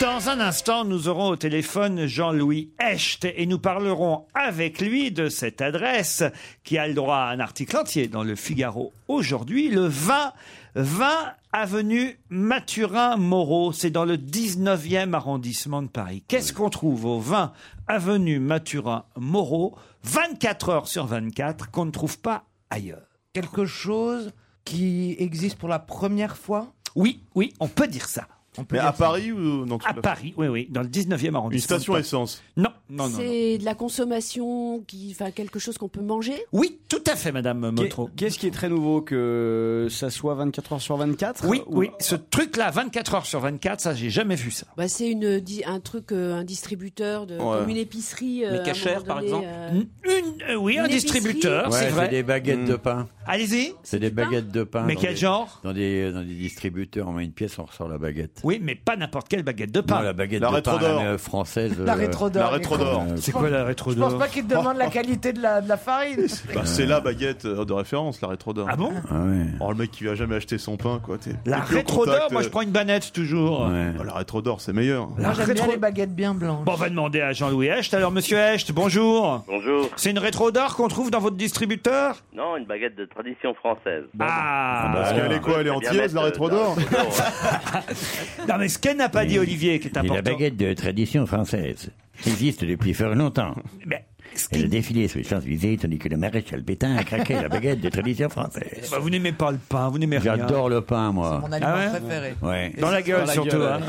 Dans un instant, nous aurons au téléphone Jean-Louis Hecht et nous parlerons avec lui de cette adresse qui a le droit à un article entier dans le Figaro aujourd'hui, le 20, 20 avenue Mathurin-Moreau. C'est dans le 19e arrondissement de Paris. Qu'est-ce qu'on trouve au 20 avenue Mathurin-Moreau 24 heures sur 24 qu'on ne trouve pas ailleurs
Quelque chose qui existe pour la première fois
Oui, oui, on peut dire ça.
Mais à Paris ou non
À Paris, oui, oui, dans le 19e arrondissement.
Une station
Pas-
essence.
Non, non, non. non.
C'est de la consommation, qui, enfin quelque chose qu'on peut manger.
Oui, tout à fait, Madame Motro.
Qu'est-ce qui est très nouveau que ça soit 24 heures sur 24
Oui, oui, ce truc-là, 24 heures sur 24, ça, j'ai jamais vu ça.
Bah, c'est une di- un truc, euh, un distributeur, de,
Ouais.
comme une épicerie. euh, à un moment donné, euh,
Une, euh, oui,
Une
un
épicerie.
distributeur,
Ouais,
c'est vrai.
des
Mm.
baguettes de pain.
Allez-y.
C'est des baguettes de pain.
Hmm. Mais
dans
quel
des-
genre
dans des, dans des distributeurs, on met une pièce, on ressort la baguette.
Oui, mais pas n'importe quelle baguette de pain.
Non, la baguette
La
de pain
rétrodore.
euh, française.
La rétrodore, La
rétrodore. les cons.
C'est quoi la
Je
rétrodore
pense pas qu'ils te demandent
Oh.
la qualité de la, de la farine.
Bah, c'est la baguette euh, de référence, la rétrodore. Ah
bon
Oh, le mec qui va jamais acheter son pain, quoi. t'es-
La
t'es plus en
rétrodore,
contact,
moi,
euh.
je prends une banette toujours. hein.
Ah, la rétrodore, c'est meilleur.
Moi, j'aime bien les baguettes bien blanches.
Bon, on va demander à Jean-Louis Hecht. Alors, monsieur Hecht, bonjour.
Bonjour.
C'est une rétro d'or qu'on trouve dans votre distributeur
Non, une baguette de tradition française.
Ah,
Parce qu'elle est quoi Bah, Elle est euh, antillaise, la rétro d'or
Non, mais ce qu'elle n'a pas dit, Olivier, qui est
C'est la
important.
baguette de tradition française, qui existe depuis fort longtemps. Elle a défilé sur les Champs-Élysées, tandis que le maréchal Pétain a craqué la baguette de tradition française.
Bah, vous n'aimez pas le pain, vous n'aimez rien.
J'adore le pain, moi.
C'est mon aliment Ah ouais préféré.
Ouais.
Dans la gueule, surtout, hein.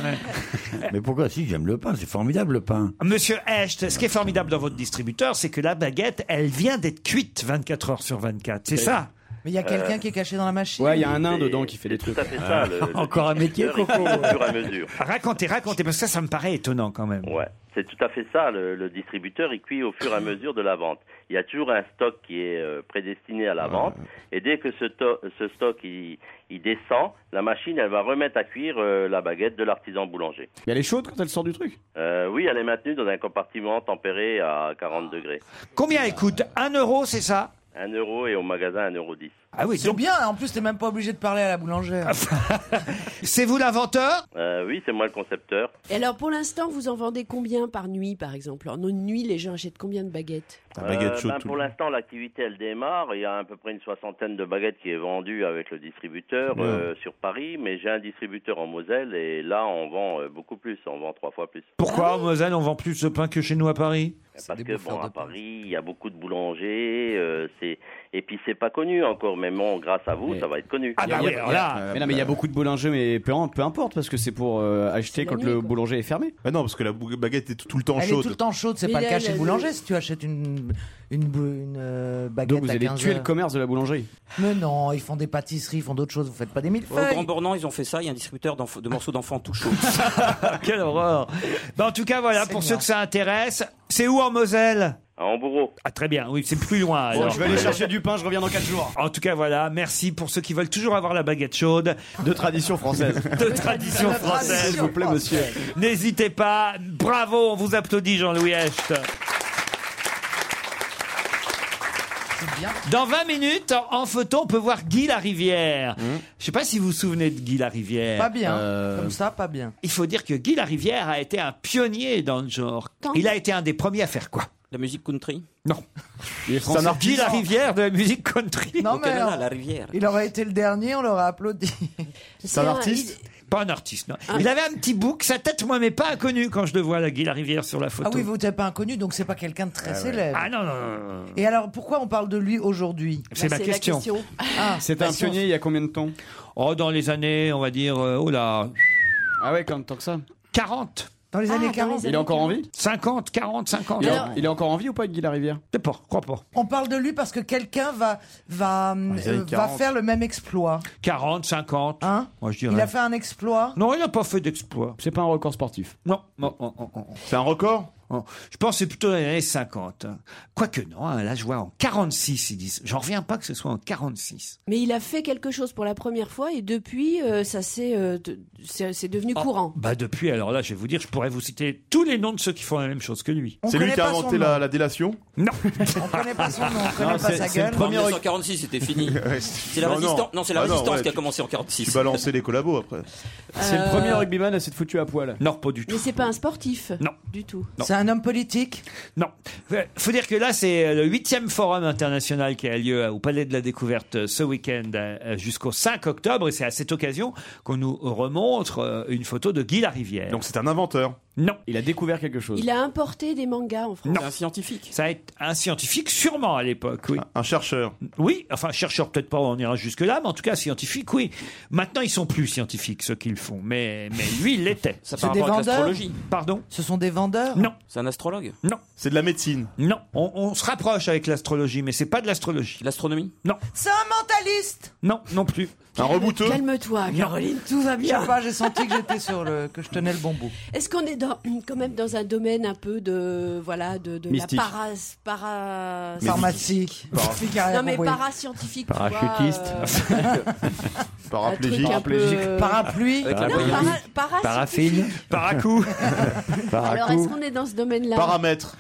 Mais pourquoi si j'aime le pain C'est formidable le pain.
Monsieur Hecht, ce qui est formidable dans votre distributeur, c'est que la baguette, elle vient d'être cuite 24 heures sur 24. C'est ça
Mais il y
Euh.
a quelqu'un qui est caché dans la machine.
Ouais, il y a un nain dedans qui fait des trucs.
ça, le- le- Encore un métier, Coco.
Au fur et à mesure.
Racontez, racontez, parce que ça, ça me paraît étonnant quand même.
Ouais, c'est tout à fait ça. Le, le distributeur, il cuit au fur et à mesure de la vente. Il y a toujours un stock qui est euh, prédestiné à la vente. Et dès que ce, to- ce stock il, il descend, la machine, elle va remettre à cuire euh, la baguette de l'artisan boulanger.
Mais elle est chaude quand elle sort du truc.
Euh, oui, elle est maintenue dans un compartiment tempéré à 40 degrés.
Combien elle coûte 1 euro, c'est ça
1 euro et au magasin 1,10 euro. dix.
Ah oui,
c'est bien. En plus, t'es même pas obligé de parler à la
Ah,
boulangère.
c'est vous l'inventeur
Euh, oui, c'est moi le concepteur.
Et alors pour l'instant, vous en vendez combien par nuit, par exemple En une nuit, les gens achètent combien de baguettes
Euh, ben, pour l'instant, l'activité, elle démarre. Il y a à peu près une soixantaine de baguettes qui est vendue avec le distributeur
Bien.
euh, sur Paris, mais j'ai un distributeur en Moselle et là, on vend euh, beaucoup plus, on vend trois fois plus.
Ah
Pourquoi en Moselle, on vend plus de pain que chez nous à Paris
Parce que bon, à Paris, il y a beaucoup de boulangers, euh, c'est et puis c'est pas connu encore, mais bon, grâce à vous, ça va être connu.
Ah bah oui, alors là.
Euh, Mais non, mais il y a beaucoup de boulangers, mais peu, peu importe, parce que c'est pour euh, acheter quand le boulanger est fermé.
Ah non, parce que la baguette est tout le temps
Elle est tout le temps chaude, c'est
Mais
pas le
la-
cas chez
la-
le boulanger si tu achètes une, une, bou- une, euh, baguette
Donc vous
à
allez
15
tuer le
heures.
commerce de la boulangerie.
Mais non, ils font des pâtisseries, ils font d'autres choses, vous faites pas des mille
Au
feuilles.
Grand Bornand, ils ont fait ça. Il y a un distributeur d'enf- de morceaux d'enfants tout chauds.
Ah,
Quelle horreur Bah, En tout cas, voilà, pour ceux que ça intéresse, c'est où en Moselle
À Hambourg.
Ah très bien, oui, c'est plus loin.
Bon,
Ah, alors.
je vais aller chercher du pain, je reviens dans 4 jours.
En tout cas, voilà, merci pour ceux qui veulent toujours avoir la baguette chaude.
De tradition française.
De tradition
De tradition
française.
S'il vous plaît, monsieur.
N'hésitez pas. Bravo, on vous applaudit, Jean-Louis Hecht. Dans 20 minutes, en photo, on peut voir Guy Larivière.
Mmh.
Je sais pas si vous vous souvenez de Guy Larivière.
Pas bien,
Euh,
comme ça, pas bien.
Il faut dire que Guy Larivière a été un pionnier dans le genre. Il a été un des premiers à faire quoi
La musique country.
Non.
Il est
Ça
français.
marque Guy Larivière de la musique country.
Non, mais alors,
la rivière.
il Ah. aurait été le dernier, on l'aurait applaudi.
C'est un artiste
Pas un artiste, non. Il avait un petit bouc, sa tête, moi, mais pas inconnu quand je le vois, la Guy Rivière sur la photo.
Ah oui, vous n'êtes pas inconnu, donc c'est pas quelqu'un de très
Ah ouais.
célèbre.
Ah non, non, non, non, non.
Et alors, pourquoi on parle de lui aujourd'hui
C'est Bah, ma c'est la question. question.
Ah,
C'est un
patience.
pionnier il y a combien de temps
Oh, dans les années, on va dire, euh, oh là.
Ah ouais, quand tant que ça
40
Dans les
Ah,
années
dans les
40.
années Il est encore en vie
50, 40, 50.
Il, est-
Alors-
il est encore en vie ou pas, Guy Larivière
Je sais pas, je crois pas.
On parle de lui parce que quelqu'un va, va,
les années
euh, va
40.
faire le même exploit.
40, 50. Moi, je dirais.
Hein Il a fait un exploit.
Non, il n'a pas fait d'exploit.
C'est pas un record sportif.
Non, non, C'est un record Je pense que c'est plutôt dans les années 50. hein. Quoique non, hein, là je vois en 46, ils disent. J'en reviens pas que ce soit en 46.
Mais il a fait quelque chose pour la première fois et depuis, euh, ça s'est, euh, de- c'est c'est devenu
Oh,
courant.
Bah depuis, alors là je vais vous dire, je pourrais vous citer tous les noms de ceux qui font la même chose que lui.
C'est lui qui a inventé la, la délation
Non.
On connaît pas son nom, on
Non,
connaît pas
c'est-
sa
c'est le
gueule.
premier- En 1946, c'était fini. C'est la
Non, non.
résistance- non, c'est la
Ah
résistance
ouais,
qui a
tu-
commencé en 46.
Tu balançais les collabos après.
C'est le
Euh,
premier rugbyman à s'être foutu à poil.
Non, pas du
Mais c'est pas un sportif.
Non.
Du tout.
C'est un homme politique
Non. Euh, Faut dire que là, c'est euh, le huitième forum international qui a lieu euh, au Palais de la Découverte euh, ce week-end euh, euh, jusqu'au 5 octobre. Et c'est à cette occasion qu'on nous remontre euh, une photo de Guy Larivière. Donc
c'est un inventeur
Non.
Il a découvert quelque chose.
Il a importé des mangas en France.
Non. Un scientifique. Ça va être un scientifique sûrement à l'époque, oui.
Un chercheur.
Oui, enfin chercheur peut-être pas, on ira jusque là, mais en tout cas scientifique, oui. Maintenant ils sont plus scientifiques ceux qu'ils font, mais mais lui il l'était.
Ça
C'est des vendeurs
Pardon
Ce sont des vendeurs
Non.
C'est un astrologue
Non.
C'est de la médecine.
Non. On, on se rapproche avec l'astrologie, mais c'est pas de l'astrologie.
L'astronomie
Non.
C'est un mentaliste
Non, non plus. Un rebouteux
Calme-toi, Caroline, tout va
Je
bien.
sais pas, j'ai senti que j'étais sur le, que je tenais le bon bout.
Est-ce qu'on est dans, quand même dans un domaine un peu de voilà de, de la
Mystique.
paras, para-
Mais Pharmacie. Pharmacie, carrément,
non mais
oui.
parascientifique. tu vois,
Parachutiste.
Un truc un peu-
Parapluie.
Avec la Non, boyau. para- para-
Paraffine.
Paracou.
euh, Alors est-ce qu'on est dans ce domaine-là
Paramètre.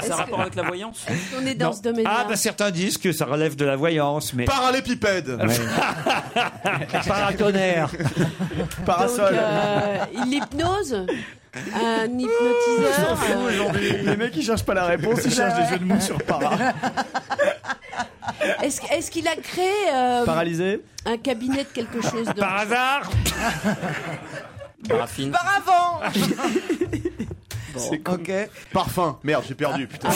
C'est un rapport avec la voyance
Est-ce qu'on est dans
Non.
ce domaine-là
Ah bah certains disent que ça relève de la voyance, mais
Parallépipède.
Paratonnerre. Ah,
Donc, euh, l'hypnose, un hypnotiseur.
aujourd'hui. Les mecs, ils cherchent pas la réponse, ils cherchent des jeux de mots sur para.
euh, Est-ce est-ce qu'il a créé euh,
Paralysé
un cabinet de quelque chose dans-
Par hasard
Paraffine.
Par avant
C'est
con.
Parfum. Merde, j'ai perdu, putain.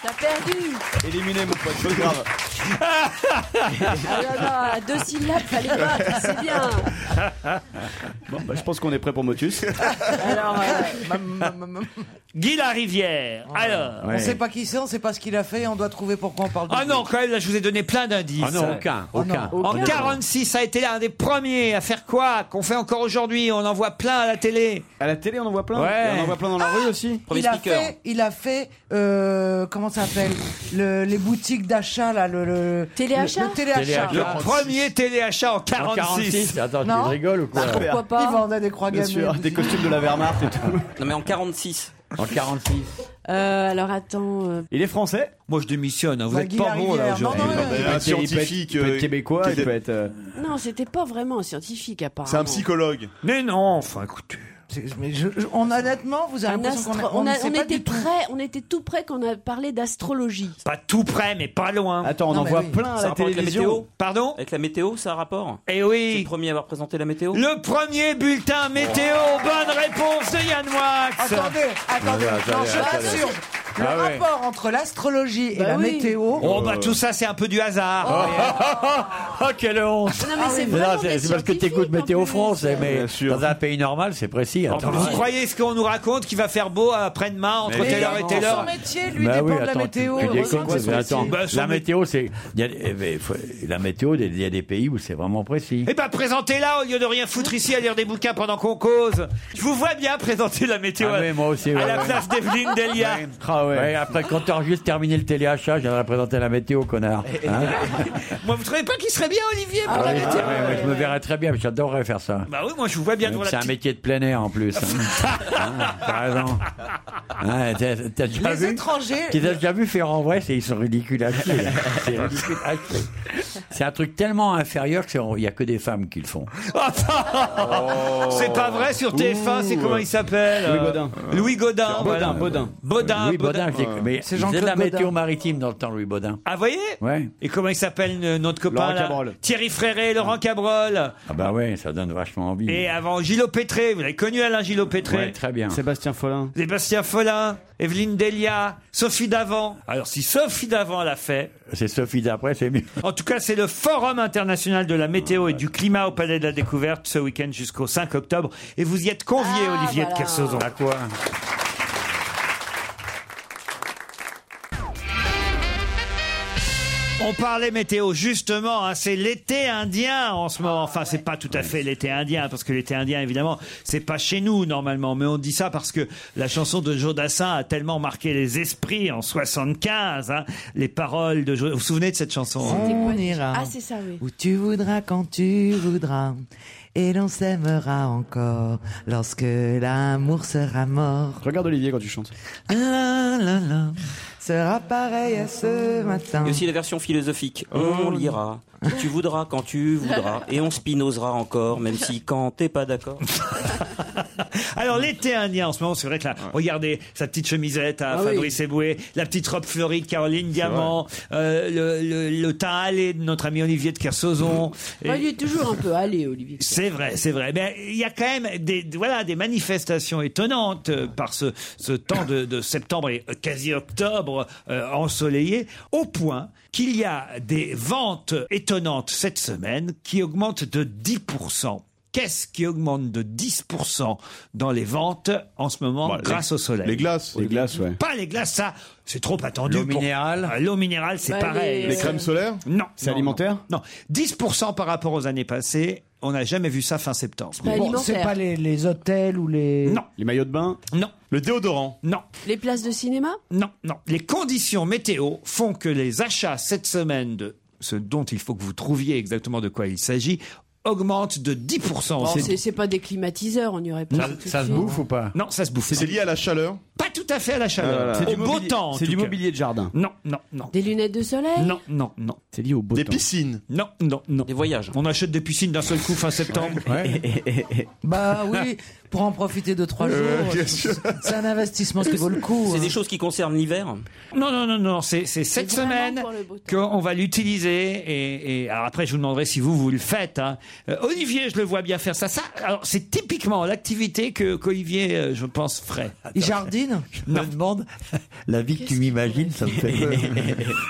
T'as perdu.
Éliminé, mon pote, chose grave.
Ah là là, deux syllabes, fallait pas. C'est bien.
Bon, bah, je pense qu'on est prêt pour Motus.
Alors, euh,
Guy Larivière. Alors.
Ah, On sait pas qui c'est, on sait pas ce qu'il a fait, on doit trouver pourquoi on parle de
Ah
lui.
non, quand même, là, je vous ai donné plein d'indices.
Ah non, aucun, Ah aucun. non,
En
aucun.
46, ça a été l'un des premiers à faire quoi Qu'on fait encore aujourd'hui On en voit plein à la télé.
À la télé, on en voit plein
Ouais.
Et on en voit plein dans la rue aussi
il a, fait, il a fait, euh, comment ça s'appelle le- Les boutiques d'achat, là, le, le
Téléachat
le- le téléachat.
Le premier téléachat en 46.
46. Attends,
Non.
tu rigoles ou quoi
Pourquoi pas Il vendait des croix gammées.
des costumes de la Wehrmacht et tout.
Non, mais en 46.
En 46.
euh, alors attends. euh,
Il est français
Moi, je démissionne. hein, Vous
Bah,
n'êtes
Guy
pas bon là
Larivière,
aujourd'hui.
non, non,
Il peut être- il peut être- Il peut être québécois, il peut être. euh,
Non, c'était pas vraiment un scientifique apparemment.
psychologue.
Mais non, enfin, écoutez.
C'est- mais je- je- on, honnêtement, vous avez
Un
l'impression qu'on
astro-
a- on
on, a-
ne sait
on
pas
était
du tout.
prêt, on était tout près qu'on a parlé d'astrologie.
Pas tout près, mais pas loin.
Attends, on
Non,
en
mais
voit
oui.
plein à
Ça a
la
rapport avec la
télévision.
météo
Pardon
Avec la météo, ça a rapport
Eh
C'est
oui.
le premier à avoir présenté la météo
Le premier bulletin météo. Bonne réponse de Yann Wax.
Attendez, Ah, attendez,
Ouais, ouais,
non, je suis
j'allais,
pas
j'allais.
sûr. Le
Ah ouais.
rapport entre l'astrologie et
Bah
la
oui.
météo.
Oh, bah tout ça, c'est un peu du hasard. Oh, quelle honte. Ah
Ah Non, mais c'est
Mais
vraiment
non,
des
c'est c'est parce que
scientifiques,
t'écoutes
en
Météo
plus.
France, eh, mais dans un pays normal, c'est précis.
En plus,
attends.
vous croyez ce qu'on nous raconte qu'il va faire beau après-demain entre
Mais
telle heure et
évidemment.
telle heure
Son métier, lui,
Bah
dépend
oui,
de la
attends,
météo.
tu- tu
le
déconnes,
ressenti de son
mais attends,
métier.
Bah,
la météo, c'est. il y a- eh ben, faut- La météo, il y a des pays où c'est vraiment précis.
Eh ben, présentez-la au lieu de rien foutre ici à lire des bouquins pendant qu'on cause. Je vous vois bien présenter la météo
Ah
à-
oui, moi aussi,
à
ouais,
la
ouais.
place d'Evelyne Delia.
Ah ouais. après, quand t'auras juste terminé le téléachat, j'aimerais présenter la météo, connard. Hein
Moi, vous trouvez pas qu'il serait bien, Olivier, pour
Ah
la
oui,
météo
ouais, ouais, je me verrais très bien, mais j'adorerais faire ça.
Bah oui, moi, je vous vois bien devant la
C'est un
petite-
métier de plein air en plus. hein. Hein, Par exemple. Hein, t'as- t'as déjà
Les
vu
étrangers-
Tu as déjà vu faire en vrai, c'est- ils sont ridicules à chier. C'est ridicule à chier. C'est un truc tellement inférieur qu'il n'y a que des femmes qui le font.
Oh. C'est pas vrai sur TF1, c'est comment il s'appelle
Oh. Louis
euh,
Gaudin.
Louis Godin.
Pierre
voilà.
Bodin, Bodin.
Bodin.
Louis Bodin, je l'ai- mais
C'est
il faisait de la
Jean-Claude
météo
Bodin.
maritime dans le temps, Louis Bodin.
Ah, voyez
Ouais.
Et comment il s'appelle euh, notre copain
Laurent
là
Cabrol.
Thierry Fréré, Laurent Cabrol.
Ah bah ouais, ça donne vachement envie.
Et avant Gilles Pétré, vous l'avez connu Alain Gilles Pétré
Mm. Ouais, très bien.
Sébastien Follin. Sébastien Follin, Evelyne Delia, Sophie Davant. Alors si Sophie Davant l'a fait,
C'est Sophie d'après, c'est mieux.
En tout cas, c'est le Forum international de la météo et du climat au Palais de la Découverte ce week-end jusqu'au 5 octobre. Et vous y êtes conviés, Olivier de Kersauzon. À
quoi
On parlait météo justement, hein, c'est l'été indien en ce moment. Enfin, c'est pas tout à fait l'été indien parce que l'été indien, évidemment, c'est pas chez nous normalement, mais on dit ça parce que la chanson de Jodassin a tellement marqué les esprits en 75. hein. les paroles de Jodassin. Vous vous souvenez de cette chanson hein
On ira
Ah, c'est ça, oui.
où tu voudras quand tu voudras. Et l'on s'aimera encore lorsque l'amour sera mort.
Regarde Olivier quand tu chantes.
La la la sera pareil à ce matin.
Et aussi la version philosophique. On
Hein.
lira, qui tu voudras, quand tu voudras, et on spinozera encore, même si quand t'es pas d'accord.
Alors l'été indien en ce moment, c'est vrai que là, regardez sa petite chemisette à
Ah
Fabrice Eboué, la petite robe fleurie de Caroline Diamant, euh, le, le, le teint hâlé de notre ami Olivier de Kersauzon. Et-
Bah, il est toujours un peu allé, Olivier.
C'est vrai, c'est vrai. Mais il y a quand même des, voilà, des manifestations étonnantes euh, par ce, ce temps de, de septembre et euh, quasi octobre euh, ensoleillé, au point qu'il y a des ventes étonnantes cette semaine qui augmentent de 10%. Qu'est-ce qui augmente de 10% dans les ventes en ce moment grâce au soleil
Bah, Les glaces.
Les glaces, ouais.
Pas les glaces, ça, c'est trop attendu.
L'eau
pour- Ah, L'eau minérale, c'est
Bah,
pareil.
les- Les crèmes solaires
Non.
C'est
Non,
alimentaire
Non. non. 10% par rapport aux années passées. On n'a jamais vu ça fin septembre.
Bon, c'est pas les, les hôtels ou les.
Non.
Les maillots de bain
Non.
Le déodorant
Non.
Les places de cinéma
Non, non. Les conditions météo font que les achats cette semaine de ce dont il faut que vous trouviez exactement de quoi il s'agit augmentent de 10%.
Bon,
C'est-
c'est- C'est pas des climatiseurs, on y aurait pas. tout de suite.
ou
pas Non, ça se bouffe.
C'est lié à la chaleur
Pas tout à fait à la chaleur.
Ah, voilà.
C'est du beau temps. en
C'est
tout
du
cas.
mobilier de jardin.
Non, non, non.
Des lunettes de soleil
Non, non, non.
C'est lié au beau
Des
temps.
piscines
Non, non, non. Des voyages. On achète des piscines d'un seul coup fin septembre.
Bah oui, pour en profiter de trois
Euh,
jours.
bien
sûr.
C'est un investissement qui vaut le coup. hein.
C'est des choses qui concernent l'hiver.
Non, non, non, non, c'est c'est cette
C'est vraiment
semaine
pour le beau temps.
qu'on va l'utiliser. Et, et- alors après, je vous demanderai si vous, vous le faites. hein. Euh, Olivier, je le vois bien faire ça. ça alors, c'est typiquement l'activité que qu'Olivier, euh, je pense, ferait.
Il jardine
Non.
demande
la vie que tu m'imagines, ça me fait peur.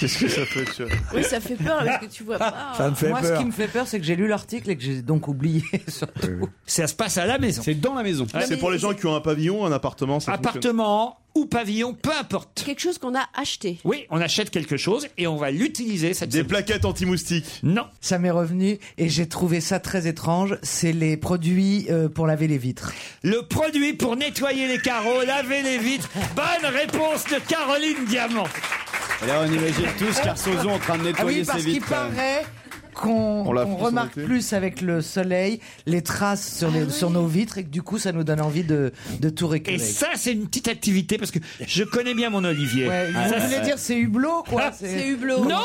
Qu'est-ce que ça fait
Oui, ça fait peur parce que tu vois pas.
Ça me fait
Moi,
peur.
ce qui me fait peur, c'est que j'ai lu l'article et que j'ai donc oublié surtout.
Ça se passe à la maison.
C'est dans la maison.
Non,
c'est
mais-
pour les gens qui ont un pavillon, un appartement, ça fonctionne.
Appartement ou pavillon, peu importe.
Quelque chose qu'on a acheté.
Oui, on achète quelque chose et on va l'utiliser cette
Des plaquettes anti-moustiques.
Non.
Ça m'est revenu et j'ai trouvé ça très étrange. C'est les produits euh, pour laver les vitres.
Le produit pour nettoyer les carreaux, laver les vitres. Bonne réponse de Caroline Diamant.
Et là, on imagine tous Carsozon en train de
Ah
nettoyer
oui,
ses
parce qu'il
vitres.
paraît qu'on
On la
qu'on
fronce en
remarque
été.
plus avec le soleil les traces sur, les, sur nos vitres et que du coup, ça nous donne envie de, de tout récupérer.
Ah Et ça, c'est une petite activité parce que je connais bien mon Olivier.
Ouais, vous
Ça,
voulez
c'est-
dire c'est hublot quoi
Non, non,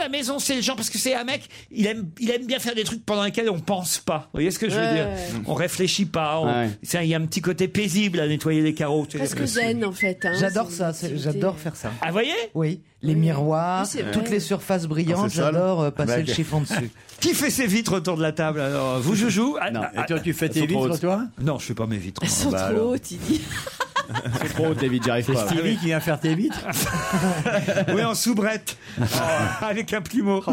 à la maison, c'est le genre, parce que c'est un mec, il aime, il aime bien faire des trucs pendant lesquels on pense pas. Vous voyez ce que je veux
Ouais.
dire On réfléchit pas. on-
Ouais.
c'est un- Il y a un petit côté paisible à nettoyer les carreaux.
Presque
Ah,
zen en fait. hein.
J'adore
C'est
ça,
une
c'est-
activité.
j'adore faire ça.
Ah, voyez
Oui, les miroirs,
Oui, c'est vrai.
toutes les surfaces
Quand
brillantes,
c'est sale.
j'adore euh,
Bah,
passer
Blague.
le chiffon dessus.
Qui fait ses vitres autour de la table alors Vous, Joujou Ah,
Non.
ah,
Et toi, tu fais
elles
tes
sont trop
vitres,
hautes.
toi
Non, je fais pas mes vitres.
Elles sont
Bah,
trop
alors. Ah
hautes, il dit.
C'est trop haut, les vitres, j'y arrive
C'est
pas. Ah
Stevie qui vient faire tes vitres
Oui, en soubrette.
Ah.
Avec un petit mot.
Oh,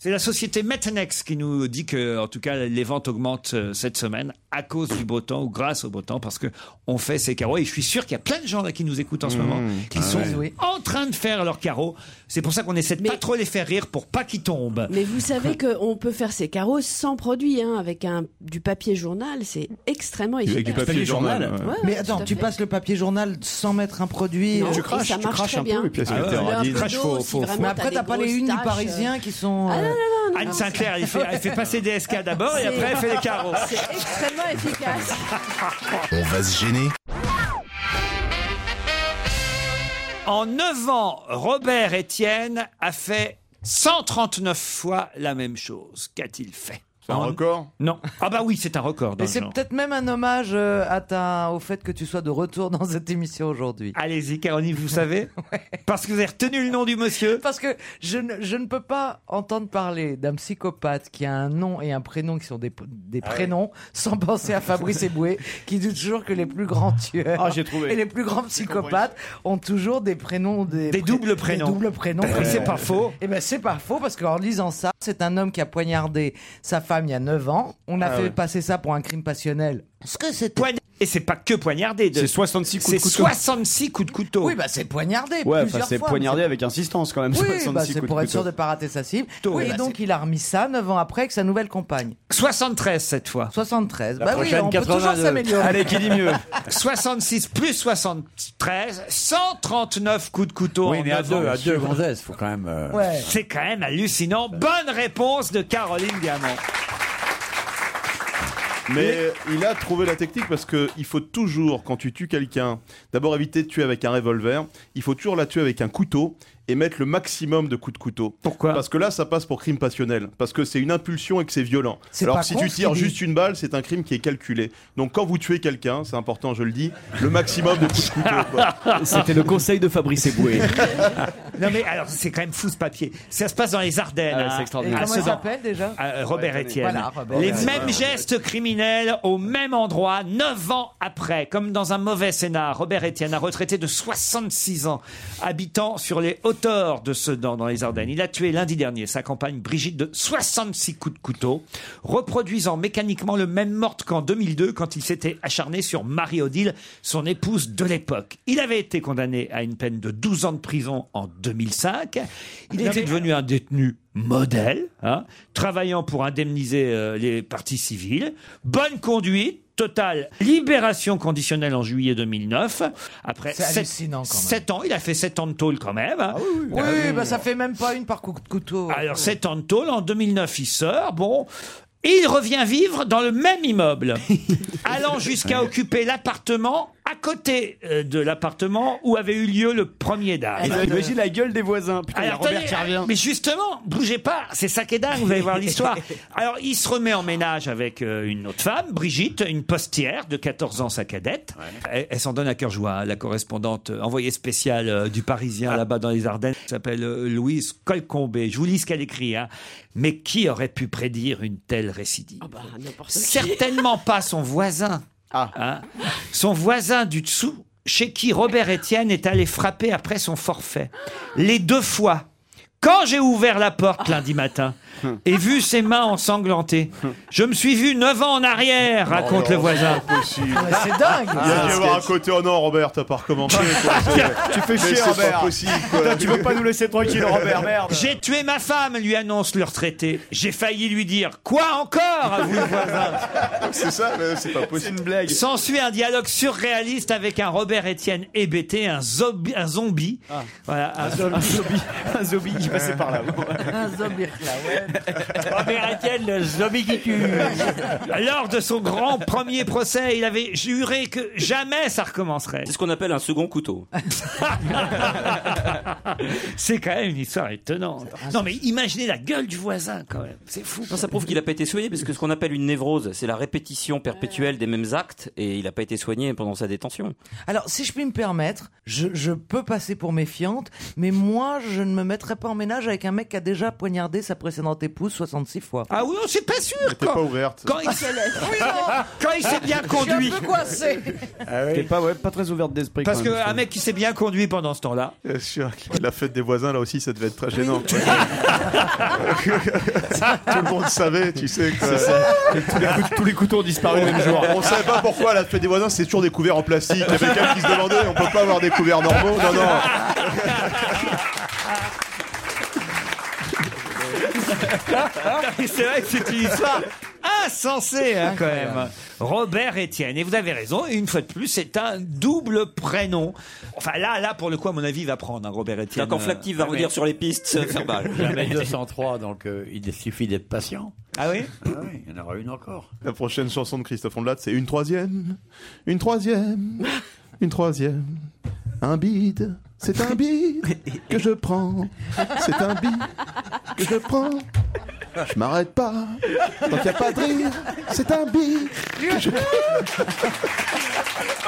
C'est la société Metnex qui nous dit que, en tout cas, les ventes augmentent euh, cette semaine à cause du beau temps ou grâce au beau temps parce que on fait ses carreaux. Et je suis sûr qu'il y a plein de gens là qui nous écoutent
Mmh.
en ce moment qui
ah
sont
ouais.
en train de faire leurs carreaux. C'est pour ça qu'on essaie de pas trop les faire rire pour pas qu'ils tombent.
Mais vous savez qu'on peut faire ces carreaux sans produit, hein, avec un, du papier journal, c'est extrêmement efficace. Ouais, ouais,
Mais
tout
attends,
à
tu
fait.
passes le papier journal sans mettre un produit.
Non,
euh,
et ça marche très bien.
Ah ouais,
Leur
radis.
dos,
Crache, faut-
si
faut-
vraiment
Mais après,
des
t'as pas les
grosses euh.
unes du
taches,
Parisien qui sont.
Ah non, non, non, non,
Anne
non,
Sinclair, elle fait, elle fait passer des SK
c'est-
d'abord et après elle fait les carreaux.
C'est extrêmement efficace.
On va se gêner.
En 9 ans, Robert Etienne a fait 139 fois la même chose. Qu'a-t-il fait
C'est un
record Non. Ah bah oui, c'est un record. Dans
Mais
le
c'est
genre.
peut-être même un hommage euh, à ta, au fait que tu sois de retour dans cette émission aujourd'hui.
Allez-y, Caroline, vous savez Parce que vous avez retenu le nom du monsieur
Parce que je ne, je ne peux pas entendre parler d'un psychopathe qui a un nom et un prénom qui sont des, des
Ah ouais.
prénoms sans penser à Fabrice Eboué qui dit toujours que les plus grands tueurs
Ah, j'ai trouvé.
et les plus grands psychopathes ont toujours des prénoms. Des,
Des
pré-
doubles prénoms.
Des doubles prénoms.
Ben oui, c'est pas faux.
Et ben c'est pas faux parce qu'en lisant ça, c'est un homme qui a poignardé sa femme il y a 9 ans. On a
Ah
fait
ouais.
passer ça pour un crime passionnel. Ce que c'était.
Et c'est pas que poignardé. de-
C'est 66 coups de
C'est
couteau.
66 coups de couteau.
Oui, bah c'est poignardé.
Ouais,
plusieurs
enfin, c'est
fois,
poignardé
mais
avec insistance, quand même,
Oui,
66
bah, c'est
coups de
pour être
couteau.
sûr de pas rater sa cible.
Oui,
Oui,
bah,
et donc il a remis ça 9 ans après avec sa nouvelle compagne.
73 cette fois.
73.
La
bah oui,
prochaine,
on peut toujours
82.
s'améliorer.
66 plus 73, 139 coups de couteau
Oui,
en
mais à
neuf
deux,
ans.
à deux gonzesses, faut quand même. euh,
Ouais. C'est quand même hallucinant. Bonne réponse de Caroline Diamant.
Mais il a trouvé la technique parce que il faut toujours, quand tu tues quelqu'un, d'abord éviter de tuer avec un revolver. Il faut toujours la tuer avec un couteau et mettre le maximum de coups de couteau.
Pourquoi
Parce que là, ça passe pour crime passionnel. Parce que c'est une impulsion et que c'est violent.
C'est pas
Alors si
con,
tu
ce
tires
qu'il dit.
juste une balle, c'est un crime qui est calculé. Donc quand vous tuez quelqu'un, c'est important, je le dis, le maximum de coups de couteau. quoi.
C'était le conseil de Fabrice Eboué.
Non mais alors c'est quand même fou ce papier. Ça se passe dans les Ardennes.
Ah ouais, c'est
hein,
extraordinaire.
à
Et comment il
Sedan.
s'appelle déjà
Euh, Robert
Ouais,
Etienne.
voilà, Robert
les
Etienne.
mêmes gestes criminels au même endroit, 9 ans après, comme dans un mauvais scénar. Robert Etienne, un retraité de 66 ans, habitant sur les hauteurs de Sedan, dans les Ardennes. Il a tué lundi dernier sa compagne Brigitte de 66 coups de couteau, reproduisant mécaniquement le même meurtre qu'en 2002, quand il s'était acharné sur Marie-Odile, son épouse de l'époque. Il avait été condamné à une peine de 12 ans de prison en 2005. Il
Non,
était
mais-
devenu un détenu modèle, hein, travaillant pour indemniser euh, les parties civiles, bonne conduite. totale, libération conditionnelle en juillet 2009. Après
C'est
sept-
hallucinant, quand même.
sept ans, il a fait 7 ans de tôle quand même. hein.
Oui, bah ça fait même pas une par coup de couteau.
Alors 7 ans de tôle, en 2009 il sort, bon, et il revient vivre dans le même immeuble, allant jusqu'à occuper l'appartement à côté euh, de l'appartement où avait eu lieu le premier date.
Et t'imagines la gueule des voisins. Putain, il y a
Alors,
Robert
attendez,
qui revient.
Mais justement, bougez pas, c'est ça qui est dingue, vous allez voir l'histoire. Alors, il se remet en ménage avec euh, une autre femme, Brigitte, une postière de 14 ans, sa cadette. Elle, elle s'en donne à cœur joie, hein, la correspondante euh, envoyée spéciale euh, du Parisien là-bas dans les Ardennes, Elle s'appelle euh, Louise Colcombé. Je vous lis ce qu'elle écrit. hein. Mais qui aurait pu prédire une telle récidive
Oh, bah,
Certainement pas son voisin. Hein son voisin du dessous, chez qui Robert Etienne est allé frapper après son forfait. Les deux fois. Quand j'ai ouvert la porte lundi matin et vu ses mains ensanglantées, je me suis vu neuf ans en
Oh,
arrière, raconte le voisin.
Ah,
Ah,
c'est dingue. Ah,
Il y a dû y avoir un côté oh non Robert, t'as pas recommencé. quoi. C'est-
Tu fais
Mais
chier,
c'est pas
Robert.
possible, quoi.
J'ai tué ma femme, lui annonce le retraité. J'ai failli lui dire quoi encore à vous le voisin.
Ah,
C'est ça, mais c'est pas possible.
S'ensuit un dialogue surréaliste avec un Robert Etienne hébété, un, zobi- un zombie. Voilà, un,
zombie. Un zombie qui passait par là.
Un zombie là, ouais.
Robert Etienne, le zombie qui tue. Lors de son grand premier procès, il avait juré que jamais ça recommencerait.
C'est ce qu'on appelle un second couteau.
C'est quand même une histoire étonnante. Non mais imaginez la gueule du voisin quand même. C'est fou.
Non, ça prouve qu'il n'a pas été soigné, parce que ce qu'on appelle une névrose, c'est la répétition perpétuelle des mêmes actes, et il n'a pas été soigné pendant sa détention.
Alors, si je puis me permettre, je, je peux passer pour méfiante, mais moi, je ne me mettrais pas en ménage avec un mec qui a déjà poignardé sa précédente épouse 66 fois.
Ah oui, on c'est pas sûr
T'es pas ouverte.
Quand il s'est- Oui, non. Ah, Quand il s'est bien
Je suis
conduit.
un peu coincé.
Ah
T'es pas, ouais, pas très ouverte d'esprit.
Parce
quand même,
qu'un mec qui s'est bien conduit pendant ce temps-là.
Bien sûr. La fête des voisins, là aussi, ça devait être très gênant. quoi.
ah,
Tout le monde savait, tu sais. quoi.
C'est ça. Tous les, cou- tous les couteaux ont disparu le même jour.
On savait pas pourquoi la fête des voisins, c'est toujours des couverts en plastique. Il y avait quelqu'un qui se demandait, on peut pas avoir des couverts normaux. Non, non.
Ah, c'est vrai que c'est une histoire insensée hein, quand même. Robert Etienne. Et vous avez raison, et une fois de plus, c'est un double prénom. Enfin là, là pour le coup, à mon avis, il va prendre hein, Robert Etienne. Ah,
C'est-à-dire qu'en flactif, il va revenir sur les pistes, se faire balle.
Jamais 203, donc euh, il suffit d'être patient.
Ah oui
oui, il y en aura une encore.
La prochaine chanson de Christophe Ondelat, c'est une troisième, une troisième, une troisième. Un bide, c'est un bide que je prends. C'est un bide que je prends. Je m'arrête pas. Tant qu'il n'y a pas de rire, c'est un bide. que je-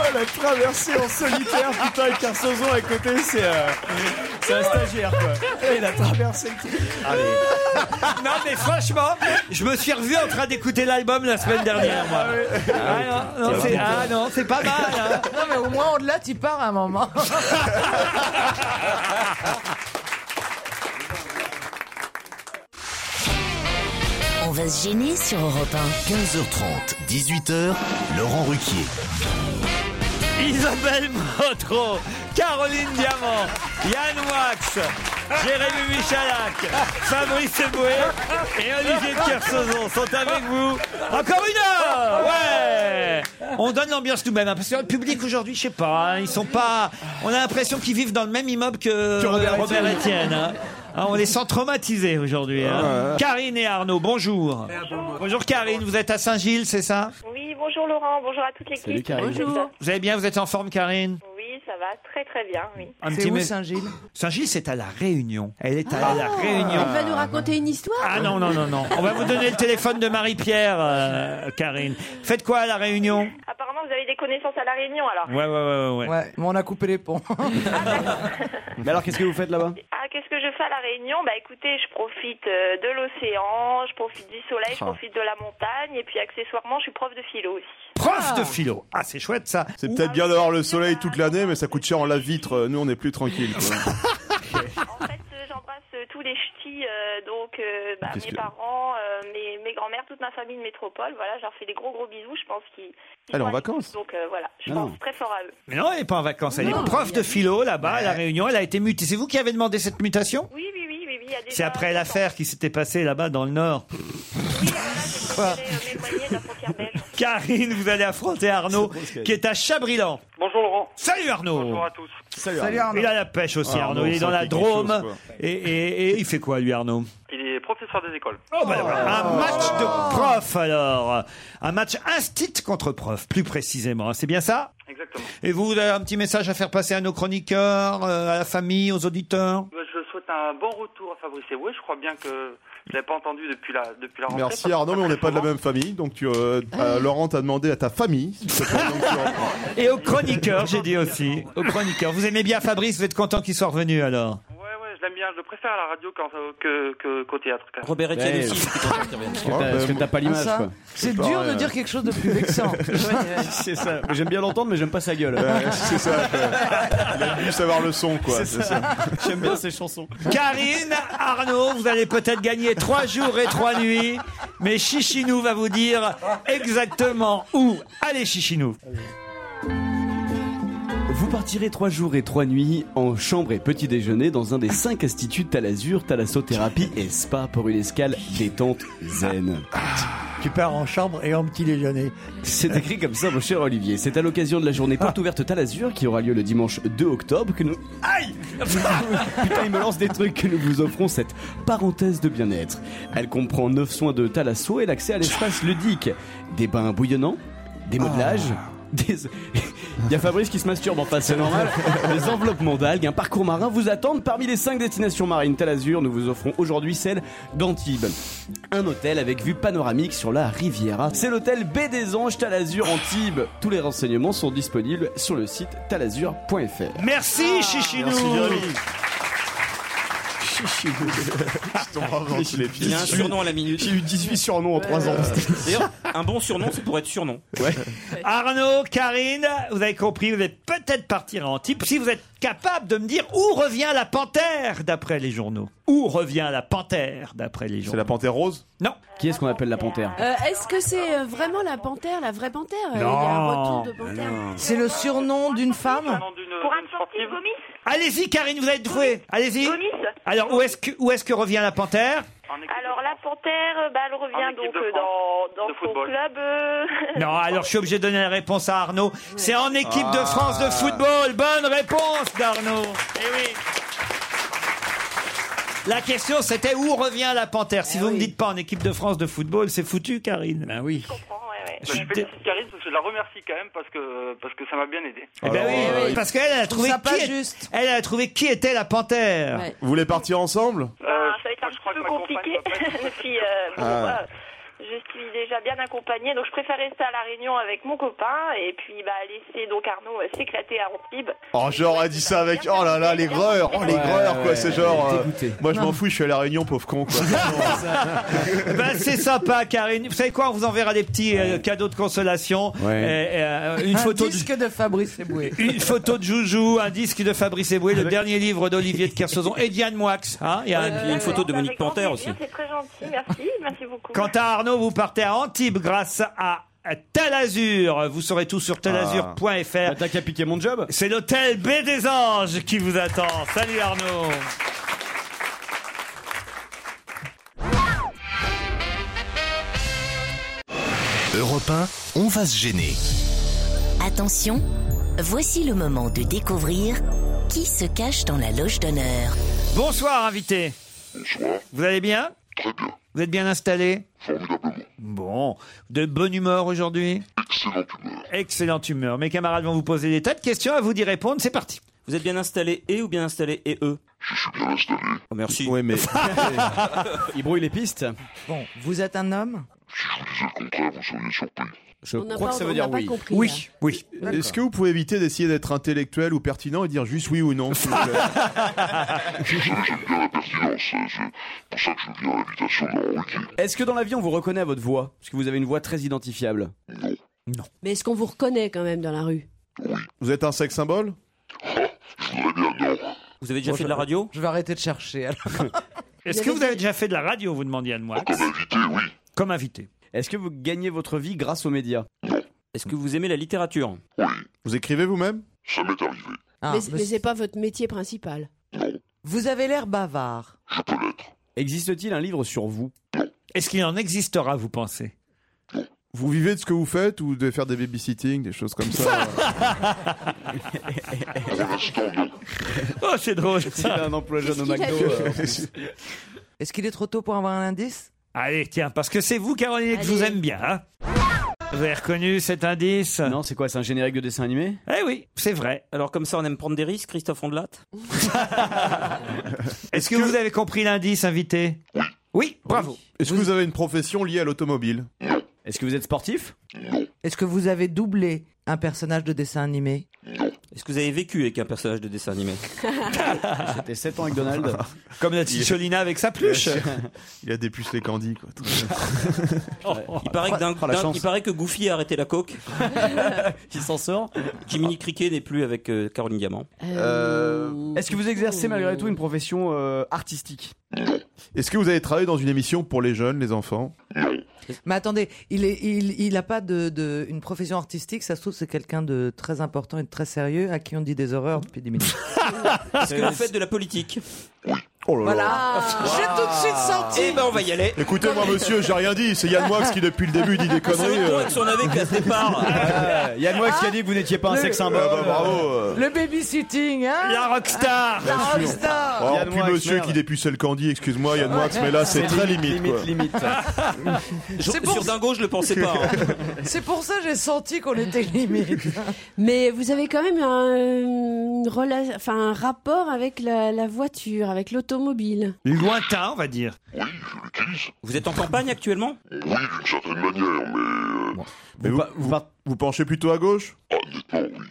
Oh, la traversée en solitaire, putain, avec un sauzon à côté, c'est euh, c'est un stagiaire, quoi. Et il a traversé le truc.
non mais franchement, je me suis revu en train d'écouter l'album la semaine dernière, moi. Ah non, non, c'est- ah non, c'est pas mal. hein.
Non, mais au moins, au-delà, tu pars à un moment.
On va se gêner sur Europe
15h30, 18h, Laurent Ruquier.
Isabelle Motro, Caroline Diamant, Yann Wax, Jérémy Michalak, Fabrice Eboué et Olivier de Kersauzon sont avec vous. Encore une heure Ouais On donne l'ambiance nous-mêmes, hein, parce que le public aujourd'hui, je sais pas, hein, ils sont pas... On a l'impression qu'ils vivent dans le même immeuble que,
Que Robert
Robert,
Etienne.
Etienne. hein. Hein, on les sent traumatisés aujourd'hui. hein.
Ouais, ouais.
Karine et Arnaud, bonjour. Bonjour Karine, vous êtes à Saint-Gilles, c'est ça
Oui, bonjour Laurent, bonjour à toute l'équipe.
Vous allez bien, vous êtes en forme Karine
Oui, ça va très très bien, oui.
mes- Saint-Gilles, c'est à La Réunion. Elle est à La Réunion.
Il Ah. va nous raconter une histoire
Ah non, non, non, non. On va vous donner le téléphone de Marie-Pierre, euh, Karine. Faites quoi à La Réunion
Apparemment, vous avez des connaissances à La Réunion alors.
Ouais, ouais, ouais, ouais.
Ouais, mais on a coupé les ponts.
Mais alors, qu'est-ce que vous faites là-bas
Ah, qu'est-ce que je fais à La Réunion Bah écoutez, je profite euh, de l'océan, je profite du soleil, je
Ah.
profite de la montagne et puis accessoirement, je suis prof de philo aussi.
Prof de philo. Ah, c'est chouette ça.
C'est peut-être bien d'avoir le soleil toute l'année, mais ça coûte cher en la vitre. Nous, on est plus tranquille.
Euh, J'embrasse euh, tous les ch'tis, euh, donc euh, bah,
Qu'est-ce
mes
que-
parents, euh, mes, mes grands-mères, toute ma famille de métropole. Voilà, je leur fais des gros gros bisous. Je pense qu'ils. qu'ils
Elle est
sont
en
à l'écoute,
vacances
Donc euh, voilà, je
Ah non.
pense très fort à eux.
Mais non, elle n'est pas en vacances. Elle
Non.
est prof de philo là-bas à La Réunion. Elle a été mutée. C'est vous qui avez demandé cette mutation
Oui, oui, oui, oui, oui. Il y a déjà...
C'est après l'affaire qui s'était passée là-bas dans le Nord. Karine, vous allez affronter Arnaud qui est à Chabrilan.
Bonjour Laurent.
Salut Arnaud. Bonjour à
tous.
Salut, Il a la pêche aussi
Ah,
Arnaud.
Arnaud,
Il est dans
ça
la
fait quelque chose,
Drôme.
quoi.
et, et- et il fait quoi lui Arnaud
Il est professeur des écoles.
Oh, bah, voilà. Un match
Ah.
de prof alors. Un match instit contre prof, plus précisément. C'est bien ça
Exactement.
Et vous, vous avez un petit message à faire passer à nos chroniqueurs, euh, à la famille, aux auditeurs
Euh, Je souhaite un bon retour à Fabrice Eboué. Je crois bien que je l'ai pas entendu depuis la, depuis la rentrée.
Merci Arnaud, mais on n'est pas de la même famille, donc tu, euh, euh, Laurent t'a demandé à ta famille. s'il te plaît, donc tu reprends.
Et aux chroniqueurs, j'ai dit aussi. Aux chroniqueurs. Vous aimez bien Fabrice, vous êtes content qu'il soit revenu alors
Ouais, ouais, je l'aime bien. Je le préfère à la radio qu'en- que, que, qu'au théâtre. quand même.
Robert Etienne aussi, je suis content qu'il revienne.
que t'as- parce que t'as Oh, ben, pas l'image,
Ah, ça,
quoi.
C'est dur de dire quelque chose de plus vexant.
c'est ça. J'aime bien l'entendre, mais j'aime pas sa gueule.
c'est ça. Il a dû savoir le son, quoi.
C'est ça. J'aime bien ses chansons.
Karine, Arnaud, vous allez peut-être gagner trois jours et trois nuits, mais Chichinou va vous dire exactement où. Allez Chichinou
Vous partirez trois jours et trois nuits en chambre et petit déjeuner dans un des cinq instituts Talazur, Thalassothérapie et Spa pour une escale détente zen.
Tu pars en chambre et en petit déjeuner.
C'est écrit comme ça, mon cher Olivier. C'est à l'occasion de la journée porte ouverte Talazur qui aura lieu le dimanche 2 octobre que nous. Aïe Putain, il me lance des trucs que nous vous offrons cette parenthèse de bien-être. Elle comprend 9 soins de Thalasso et l'accès à l'espace ludique. Des bains bouillonnants, des modelages, des. Il y a Fabrice qui se masturbe en face, c'est normal. Les enveloppements d'algues, un parcours marin vous attendent. Parmi les 5 destinations marines Talazur, nous vous offrons aujourd'hui celle d'Antibes. Un hôtel avec vue panoramique sur la Riviera. C'est l'hôtel Baie des Anges Talazur Antibes. Tous les renseignements sont disponibles sur le site talazur.fr.
Merci Chichinou
Oh,
Il a un surnom à la minute. Euh,
J'ai eu 18 surnoms en 3 ans.
D'ailleurs, un bon surnom, c'est pour être surnom.
Arnaud, Karine, vous avez compris, vous allez peut-être partir en type si vous êtes capable de me dire où revient la panthère d'après les journaux. Où revient la panthère d'après les journaux C'est la
panthère rose
Non.
Qui est-ce qu'on appelle la panthère
Euh, Est-ce que c'est euh, vraiment la panthère, la vraie panthère Euh, Il y a un retour
Non.
de panthère.
C'est le surnom d'une femme
Pour un sportif, Gomis
Allez-y Karine, vous avez trouvé. Allez-y. Alors où est-ce que où est-ce que revient la panthère
Alors la panthère, euh, bah, elle revient donc euh, dans, dans son club. euh,
Non, alors je suis obligé de donner la réponse à Arnaud. C'est en équipe de
Ah.
France de football. Bonne réponse d'Arnaud. Eh oui. La question c'était où revient la panthère Si vous ne me dites pas en équipe de France de football, c'est foutu Karine. Eh Ben oui.
Bah, je félicite Karine parce que je la remercie quand même parce que, parce que ça m'a bien aidé.
Eh ben oui,
euh,
parce qu'elle elle a
je
trouvé
trouve ça pas
qui est- elle a trouvé qui était la panthère.
Bah,
Vous voulez partir ensemble
Euh, je- je,
crois que
peu
ma compagne
compliqué.
va pas être-
Et puis, euh, bon,
Ah.
bah, je suis déjà bien accompagnée, donc je préfère rester à la réunion avec mon copain et puis bah, laisser donc Arnaud euh, s'éclater à Antibes.
Oh, genre, a dit ça avec. Oh là là, l'aigreur Oh, l'aigreur,
Ouais,
quoi, c'est
ouais,
genre. euh,
dégoûté.
Moi, je
Non.
m'en fous, je suis à la réunion, pauvre con, quoi.
Ben, c'est sympa, Karine. Vous savez quoi On vous enverra des petits euh, cadeaux de consolation. Euh, euh, une photo
Un
de
disque de Fabrice Eboué.
une photo de Joujou, un disque de Fabrice Eboué, le dernier livre d'Olivier de Kersauzon et Diane Moix. hein. Il y a
Ouais,
un-
euh, avec grand plaisir, C'est très gentil, merci, merci beaucoup.
Quant à Arnaud, vous partez à Antibes grâce à Talazur. Vous saurez tout sur
Ah.
talazur.fr.
Bah,
T'as qu'à piquer mon job C'est l'hôtel B des Anges qui vous attend. Salut Arnaud.
Europe 1, on va se gêner.
Attention, voici le moment de découvrir qui se cache dans la loge d'honneur.
Bonsoir, invité. Vous allez bien Très bien. Vous êtes bien installé Formidablement. Bon. De bonne humeur aujourd'hui Excellente humeur. Excellente humeur. Mes camarades vont vous poser des tas de questions, à vous d'y répondre. C'est parti.
Vous êtes bien installé et ou bien installé et eux Je suis bien installé. merci.
Ouais, mais. Il brouille les pistes.
Bon, vous êtes un homme
Je
On n'a crois pas- que ça veut on n'a dire pas oui. compris,
oui, oui.
Est-ce que vous pouvez éviter d'essayer d'être intellectuel ou pertinent et dire juste oui ou non s'il vous plaît
J'aime bien la pertinence, hein, c'est pour ça que je viens à l'invitation de Laurent Ruquier.
Est-ce que dans la vie on vous reconnaît à votre voix Parce que vous avez une voix très identifiable.
Mais est-ce qu'on vous reconnaît quand même dans la rue
Vous êtes un sex symbole
Vous avez déjà
Bon,
fait
je-
de la radio
Je vais arrêter de chercher. alors.
Est-ce que vous avez déjà fait de la radio, vous demandez Anne
Ah,
Moix Comme invité, oui. Comme invité.
Est-ce que vous gagnez votre vie grâce aux médias
Est-ce que vous aimez la littérature
Oui.
Vous écrivez vous-même
Ça m'est arrivé.
Mais, c'est- Ah, mais c'est pas votre métier principal.
Ah, Vous avez l'air bavard.
Existe-t-il un livre sur vous
Est-ce qu'il en existera, vous pensez
Vous vivez de ce que vous faites ou de faire des babysitting, des choses comme ça
Ah, Oh, c'est drôle.
S'il a un emploi jeune au
Qu'est-ce qu'il
McDo.
a
euh,
dit Est-ce qu'il est trop tôt pour avoir un indice
Allez, tiens, parce que c'est vous, Caroline, que je vous aime bien. hein. vous avez reconnu cet indice
Non, c'est quoi C'est un générique de dessin animé
Eh oui, c'est vrai.
Alors comme ça, on aime prendre des risques, Christophe Ondelat
Est-ce que, vous avez compris l'indice, invité Oui. Oui, bravo.
Est-ce que vous avez une profession liée à l'automobile
Est-ce que vous êtes sportif
Est-ce que vous avez doublé un personnage de dessin animé
Est-ce que vous avez vécu avec un personnage de dessin animé
J'étais 7 ans avec Donald.
Comme la petite Cholina avec sa pluche.
Il a dépucelé Candy, quoi.
Il paraît, que d'un-
Oh, la
d'un-
chance.
il paraît que Goofy a arrêté la coke. il s'en sort. Jiminy Cricket n'est plus avec euh, Caroline Diamant.
Euh,
Est-ce que vous exercez malgré tout une profession euh, artistique
Est-ce que vous avez travaillé dans une émission pour les jeunes, les enfants
Mais attendez, il est, il, il a pas de, de- une profession artistique. Ça se trouve, c'est quelqu'un de très important et de très sérieux à qui on dit des horreurs depuis 10 minutes.
Est-ce que vous faites de la politique Oh
Oh
Voilà. J'ai tout de suite senti.
Eh ben on va y aller.
Écoutez-moi, monsieur, j'ai rien dit. C'est Yann Moix qui, depuis le début, dit
Ah,
des
C'est
conneries.
autant
euh. Ah,
avec son avec à ce départ.
Yann Moix qui a dit que vous n'étiez pas
un sex symbole. Ah bah, bravo, euh.
Le babysitting, hein
La rockstar
La
Bien sûr.
rockstar
Oh, puis monsieur qui dépucelle Candy, excuse-moi, Yann Moix, mais là, c'est
C'est
très
limite,
limite. quoi.
limite,
Sur,
C'est pour-
sur Dingo, je le pensais pas. hein.
C'est pour ça que j'ai senti qu'on était limite.
Mais vous avez quand même un, une rela- enfin, un rapport avec la, la voiture, avec l'automobile.
Lointain, on va dire.
Vous êtes en campagne actuellement
Oui, d'une certaine manière, mais. euh,
Mais vous, vous- vous penchez plutôt à gauche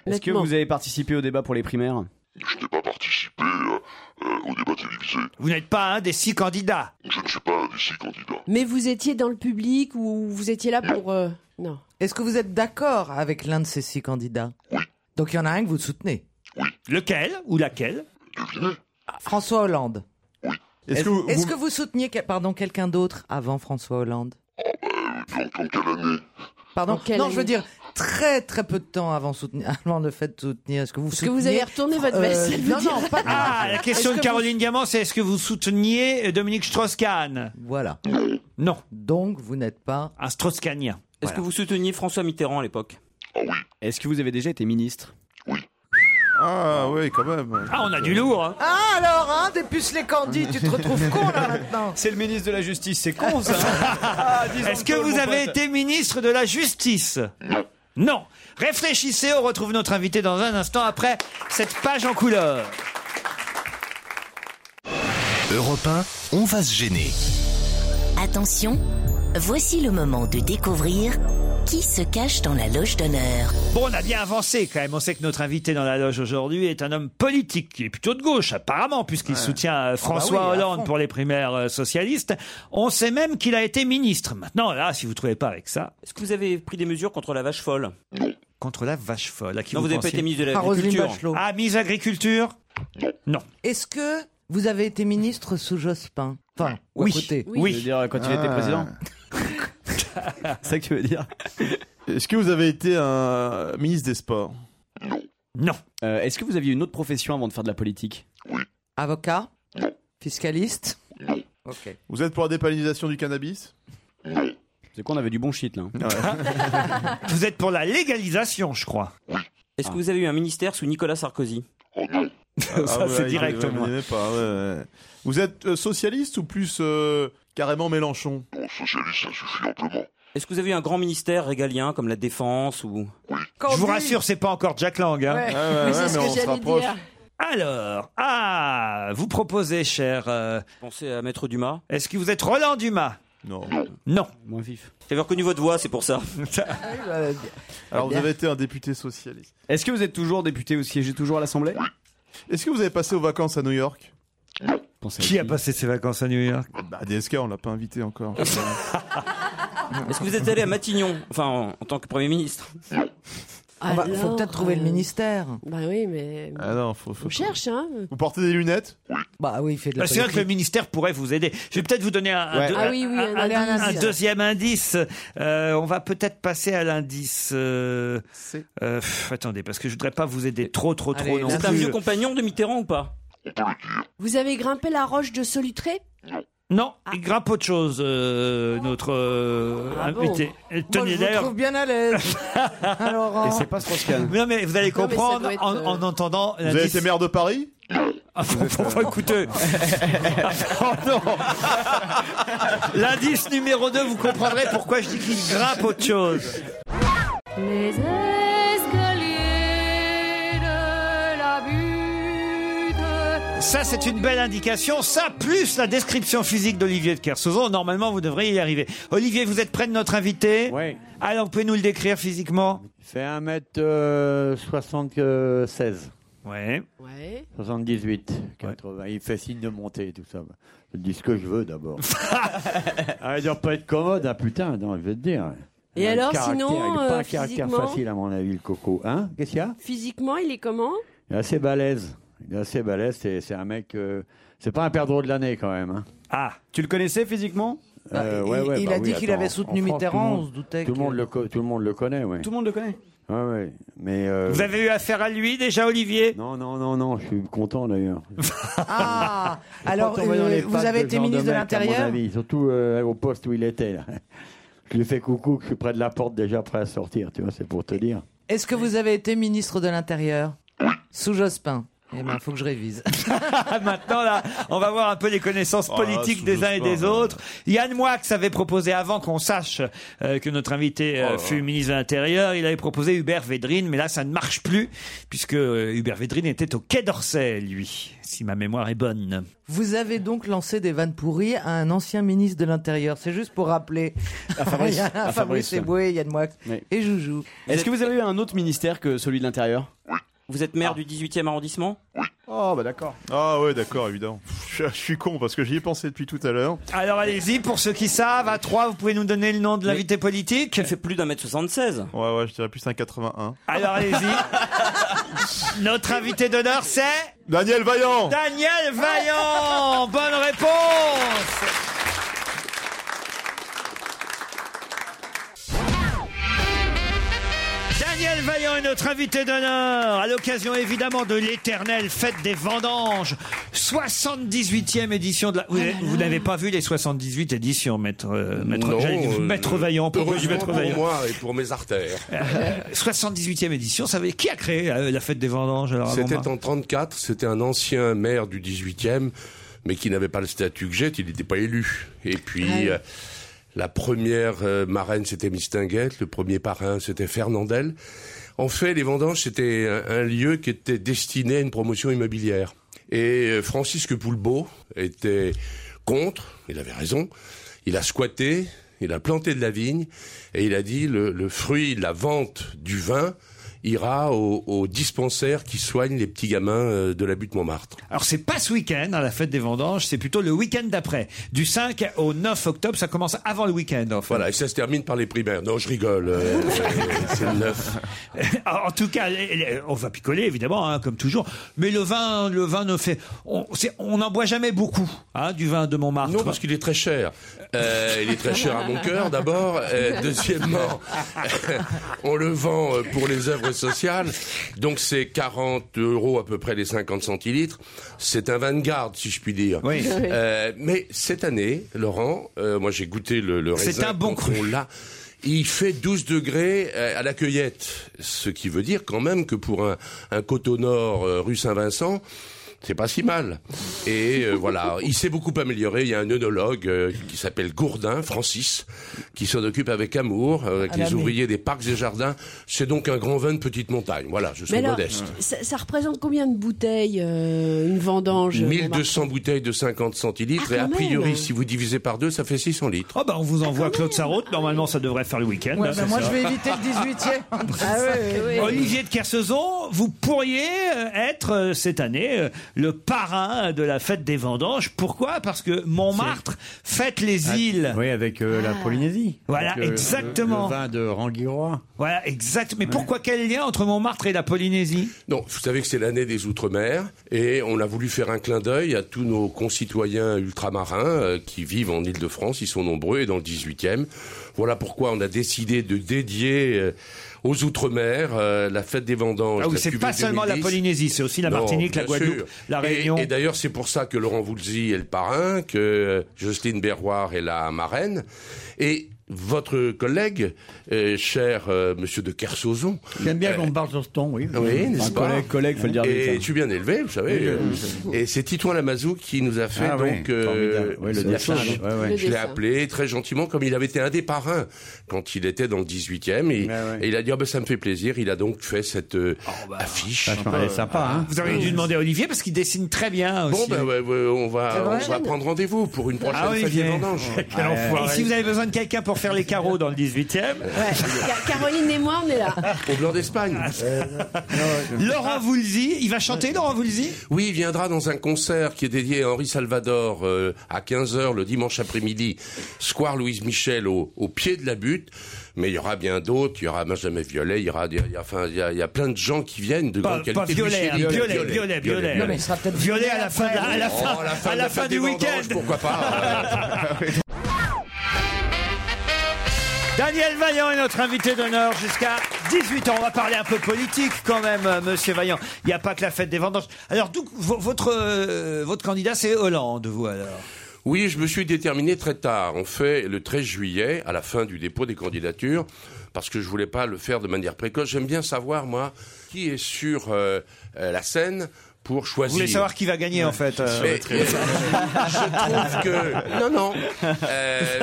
Est-ce que vous avez participé au débat pour les primaires
Je n'ai pas participé euh, euh, au débat télévisé.
Vous n'êtes pas un des six candidats.
Je ne suis pas un des six candidats.
Mais vous étiez dans le public ou vous étiez là pour... euh, Non.
Est-ce que vous êtes d'accord avec l'un de ces six candidats Oui. Donc il y en a un que vous soutenez.
Lequel ou laquelle
Ah, François Hollande. Oui.
Est-ce
Est-ce
que vous-
est-ce
vous-
que vous souteniez que- pardon quelqu'un d'autre avant François Hollande Pardon.
quelle
Non, je veux
année
dire très très peu de temps avant soutenir avant le fait de soutenir. Est-ce que vous
Est-ce que vous
souteniez-
avez retourné votre
Euh,
vaisselle vous
Non,
dire
non, pas
Ah, la question de Caroline Diamant, c'est est-ce que vous souteniez Dominique Strauss-Kahn
Voilà.
Non.
Donc vous n'êtes pas
un Strauss-Kahnien.
Est-ce que vous souteniez François Mitterrand à l'époque
Oh
Est-ce que vous avez déjà été ministre
Ah, oui, quand même.
Ah, on a du lourd. hein.
Ah alors, hein, dépuce les candidats, tu te retrouves con là maintenant.
C'est le ministre de la Justice, c'est con ça Ah, disons
Est-ce que
toi,
vous
mon
avez
pote.
été ministre de la Justice Non. Non. Réfléchissez, on retrouve notre invité dans un instant après cette page en couleur.
Europe 1, on va se gêner.
Attention, voici le moment de découvrir qui se cache dans la loge d'honneur.
Bon, on a bien avancé quand même. On sait que notre invité dans la loge aujourd'hui est un homme politique qui est plutôt de gauche, apparemment, puisqu'il soutient euh,
bah
François
oui, à
Hollande pour les primaires euh, socialistes. On sait même qu'il a été ministre. Maintenant, là, si vous trouvez pas avec ça.
Est-ce que vous avez pris des mesures contre la vache folle
Contre la vache folle. À qui
Non, vous avez pas
pensiez
été ministre de
Ah, Roselyne
l'agriculture.
Bachelot. Ah, mise agriculture Non.
Est-ce que vous avez été ministre sous Jospin Enfin, ou à
Oui.
côté.
Oui. Ah. Je veux dire,
quand il était président. C'est ça que tu veux dire Est-ce que vous avez été
Euh,
un Ah ministre des Sports
Non.
Est-ce que vous aviez une autre profession avant de faire de la politique
Avocat Fiscaliste Ok.
Vous êtes pour la dépénalisation du cannabis
C'est quoi, on avait du bon shit là
Vous êtes pour la légalisation, je crois.
Est-ce que
Ah.
vous avez eu un ministère sous Nicolas Sarkozy
Ça, c'est direct, au moins.
pas, ouais, ouais. Vous êtes euh, socialiste ou plus euh, carrément Mélenchon
Socialiste, ça suffit amplement.
Est-ce que vous avez eu un grand ministère régalien comme la défense ou
Je vous rassure, c'est pas encore Jack Lang. hein.
Ah
Ouais. Ouais, ouais, Mais c'est ouais, ce mais que on se j'allais rapproche. dire.
Alors, ah, vous proposez, cher. euh,
Pensez à Maître Dumas.
Est-ce que vous êtes Roland Dumas
Non.
Non.
Moins vif.
J'avais reconnu votre voix, c'est pour ça.
Ah bah, Alors vous avez été un député socialiste.
Est-ce que vous êtes toujours député ou siégez toujours à l'Assemblée
Est-ce que vous avez passé aux vacances à New York
Qui a passé ses vacances à New York
Bah DSK, on l'a pas invité encore.
Est-ce que vous êtes allé à Matignon, enfin en, en tant que Premier ministre
On va- faut
Alors,
peut-être trouver le
euh,
ministère.
Bah oui, mais.
Ah non, faut, faut-
On cherche, hein
Vous portez des lunettes
Bah oui, il fait de
Bah, C'est vrai que le ministère pourrait vous aider. Je vais peut-être vous donner un, un
Ouais.
deux-
Ah oui, oui,
un-
un
un-
indice.
un deuxième indice. Euh, on va peut-être passer à l'indice. euh, euh, pff, attendez, parce que je voudrais pas vous aider trop, trop, trop
Allez,
non
C'est
plus.
un vieux compagnon de Mitterrand ou pas
Vous avez grimpé la roche de Solutré
Non, il grimpe autre chose, euh, notre euh,
Ah bon
invité. Euh, Tenez
Moi, je vous
d'ailleurs.
trouve bien à l'aise. Alors,
hein.
Et c'est
pas Strauss-Kahn.
Non mais vous allez
Non, mais ça
comprendre
doit être,
en,
euh,
en entendant. Ah,
Vous avez été maire de Paris
écoutez. Oh non L'indice numéro 2, vous comprendrez pourquoi je dis qu'il grimpe autre chose.
Les escaliers de la butte.
Ça, c'est une belle indication. Ça, plus la description physique d'Olivier de Kersauzon. Normalement, vous devriez y arriver. Olivier, vous êtes près de notre invité
Oui.
Alors, vous pouvez nous le décrire physiquement
Fait euh, 1m76.
Ouais.
Ouais.
78, 80. Il fait signe de monter et tout ça. Je dis ce que je veux d'abord. ah, il doit pas être commode, hein, putain, non, je vais te dire.
Et
Il a le
alors,
caractère,
sinon,
Il a pas
euh,
un caractère
physiquement
facile, à mon avis, le coco. Hein Qu'est-ce qu'il y a
Physiquement, il est comment
Il est assez balèze. Il est assez balèze. C'est, c'est un mec. euh, c'est pas un perdreau de l'année quand même. hein.
Ah,
tu le connaissais physiquement
Euh,
il-
ouais, ouais,
il
bah
a
oui,
dit qu'il
attends,
avait
en
soutenu
France, tout le
Mitterrand,
monde-
on se doutait
Tout le
que-
monde le, co- tout le monde le connaît, ouais.
Tout le monde le connaît.
Ouais, ouais. Mais. euh,
Vous avez eu affaire à lui déjà, Olivier
Non, non, non, non, je suis content d'ailleurs.
Ah,
Faut
alors
pas tomber dans
euh,
les pattes
vous avez
ce
été
genre
ministre de
mec, à mon
l'Intérieur
avis, surtout euh, au poste où il était. Là. Je lui fais coucou, que je suis près de la porte déjà prêt à sortir, tu vois, c'est pour te dire.
Est-ce que vous avez été ministre de l'Intérieur Sous Jospin Eh ben, faut que je révise.
Maintenant, là, on va voir un peu les connaissances
Ah,
politiques
sous
des
le
uns et
sport,
des
ouais.
autres. Yann Moix avait proposé, avant qu'on sache euh, que notre
Oh
invité euh, fut ministre de l'Intérieur, il avait proposé Hubert Védrine, mais là, ça ne marche plus, puisque euh, Hubert Védrine était au Quai d'Orsay, lui, si ma mémoire est bonne.
Vous avez donc lancé des vannes pourries à un ancien ministre de l'Intérieur. C'est juste pour rappeler.
À Fabrice.
À
À Fabrice.
Fabrice Eboué, Yann Moix et Joujou.
Est-ce que vous avez eu un autre ministère que celui de l'intérieur
Vous êtes maire du 18e arrondissement
Oh bah d'accord. Ah ouais d'accord évidemment. Je, je suis con parce que j'y ai pensé depuis tout à l'heure.
Alors allez-y, pour ceux qui savent, à 3, vous pouvez nous donner le nom de l'invité politique Il
fait plus d'un mètre 76.
Ouais ouais je dirais plus un 81.
Alors allez-y. Notre invité d'honneur, c'est
Daniel Vaillant.
Daniel Vaillant. Bonne réponse. Daniel Vaillant est notre invité d'honneur à l'occasion évidemment de l'éternelle fête des vendanges, 78e édition de la. Vous, vous n'avez pas vu les 78 éditions, maître, euh, maître,
Non,
j'allais dire
euh,
Maître Vaillant. pourquoi je dis
Heureusement
Maître
pour
Vaillant
moi et pour mes artères.
Euh, 78e édition, ça veut dire qui a créé euh, la fête des vendanges alors, avant
C'était
moi
en 34, c'était un ancien maire du 18e, mais qui n'avait pas le statut que j'ai, il n'était pas élu. Et puis, euh, la première euh, marraine, c'était Mistinguette, le premier parrain, c'était Fernandel. En fait, les vendanges, c'était un, un lieu qui était destiné à une promotion immobilière. Et euh, Francisque Poulbeau était contre, il avait raison. Il a squatté, il a planté de la vigne et il a dit le, le fruit de la vente du vin ira au, au dispensaire qui soigne les petits gamins euh, de la butte Montmartre.
Alors c'est pas ce week-end, à hein, la fête des vendanges, c'est plutôt le week-end d'après. Du 5 au 9 octobre, ça commence avant le week-end. en fait.
Voilà, et ça se termine par les primaires. Non, je rigole. euh, c'est le 9.
en tout cas, eh, eh, on va picoler évidemment, hein, comme toujours. Mais le vin, le vin ne fait, on c'est- on n'en boit jamais beaucoup, hein, du vin de Montmartre. Non, parce
qu'il est très cher. Euh, il est très cher à mon cœur, d'abord. Euh, deuxièmement, on le vend euh, pour les œuvres sociales. Donc c'est 40 euros à peu près les 50 centilitres. C'est un vanguard, si je puis dire.
Oui.
Euh, mais cette année, Laurent, euh, moi j'ai goûté le, le raisin.
C'est un bon
quand
cru.
on l'a. Il fait 12 degrés euh, à la cueillette, ce qui veut dire quand même que pour un, un coteau nord euh, rue Saint-Vincent, c'est pas si mal. Et euh, voilà, il s'est beaucoup amélioré. Il y a un œnologue euh, qui s'appelle Gourdin, Francis, qui s'en occupe avec amour, euh, avec
Ah,
les
mais-
ouvriers des parcs et jardins. C'est donc un grand vin de petite montagne. Voilà, je suis
Mais alors,
modeste.
ça, ça représente combien de bouteilles euh, une vendange euh,
1200 bouteilles de 50 centilitres
Ah,
et a
quand
priori,
même.
si vous divisez par deux, ça fait 600 litres.
Oh bah on vous envoie Claude Sarraute, normalement ça devrait faire le week-end.
Ah, Ouais,
hein,
bah
c'est
moi,
ça. Ah
je vais éviter le 18e.
Olivier de Kersauzon, vous pourriez euh, être euh, cette année euh, le parrain de la fête des vendanges. Pourquoi Parce que Montmartre fête les îles.
Oui, avec euh,
Ah.
la Polynésie.
Voilà,
Avec le-
exactement.
Le, le vin de Rangiroa.
Voilà, exact. Mais pourquoi quel lien entre Montmartre et la Polynésie
Non, vous savez que c'est l'année des Outre-mer et on a voulu faire un clin d'œil à tous nos concitoyens ultramarins euh, qui vivent en Île-de-France. Ils sont nombreux et dans le 18e. Voilà pourquoi on a décidé de dédier euh, aux Outre-mer euh, la fête des vendanges.
Ah oui,
la
c'est
cuvée
pas seulement la
2010.
Polynésie, c'est aussi la
Non,
Martinique, la
bien sûr.
Guadeloupe, la
Et-
Réunion.
Et, d'ailleurs, c'est pour ça que Laurent Voulzy est le parrain, que euh, Jocelyne Berroir est la marraine. Et votre collègue, euh, cher euh, monsieur de Kersauzon,
J'aime bien qu'on parle sur ce ton, oui.
oui, n'est-ce
Enfin,
pas
collègue, collègue, faut le dire vite,
Et
hein.
je suis bien élevé, vous savez.
Oui,
euh,
oui,
et c'est Titouan Lamazou qui nous a fait
Ah oui,
donc euh,
formidable. Oui, le
ce
dessin,
dessin.
oui. Ouais, ouais.
Je l'ai
Le dessin.
appelé très gentiment, comme il avait été un des parrains quand il était dans le 18e. Et, et il a dit Ah ben, ça me fait plaisir. Il a donc fait cette euh, affiche. Euh,
Vachement, Ah, bah, elle est sympa, hein.
Ah, Vous auriez dû demander à Olivier parce qu'il dessine très bien
Bon,
Ah, aussi.
ben, ouais, ouais, on
C'est
va,
vrai,
on va
Jeanne
prendre rendez-vous pour une prochaine
Ah,
fête
Olivier.
des vendanges.
Quel enfoiré. Et si vous avez besoin de quelqu'un pour faire les carreaux dans le 18e,
Ca- Caroline et moi, on est là.
Ah, Au blanc d'Espagne. Euh,
Laurent Voulzy, il va chanter Laurent Voulzy
Oui, il viendra dans un concert qui est dédié à Henri Salvador euh, à 15h le dimanche après-midi, Square Louise Michel au, au pied de la butte. Mais il y aura bien d'autres, il y aura Benjamin Violet, il y aura, des- il y a, enfin, il y a, il y a plein de gens qui viennent de
Pas,
grande qualité.
pas violet, hein,
Michel-
violet, violet, violet, violet.
Violet.
Violet à la fin, de la- à la
Oh,
fin,
à la fin
à
de
la
la
fin
fête
du
des
week-end.
vendanges, pourquoi pas hein.
Daniel Vaillant est notre invité d'honneur jusqu'à 18 ans. On va parler un peu politique quand même, euh, monsieur Vaillant. Il n'y a pas que la fête des vendanges. Alors, donc, vo- votre, euh, votre candidat, c'est Hollande, vous alors
Oui, je me suis déterminé très tard. On fait le 13 juillet, à la fin du dépôt des candidatures, parce que je voulais pas le faire de manière précoce. J'aime bien savoir, moi, qui est sur euh, euh, la scène pour choisir.
Vous voulez savoir qui va gagner en fait euh,
Mais- trouve que- Non, non. Euh,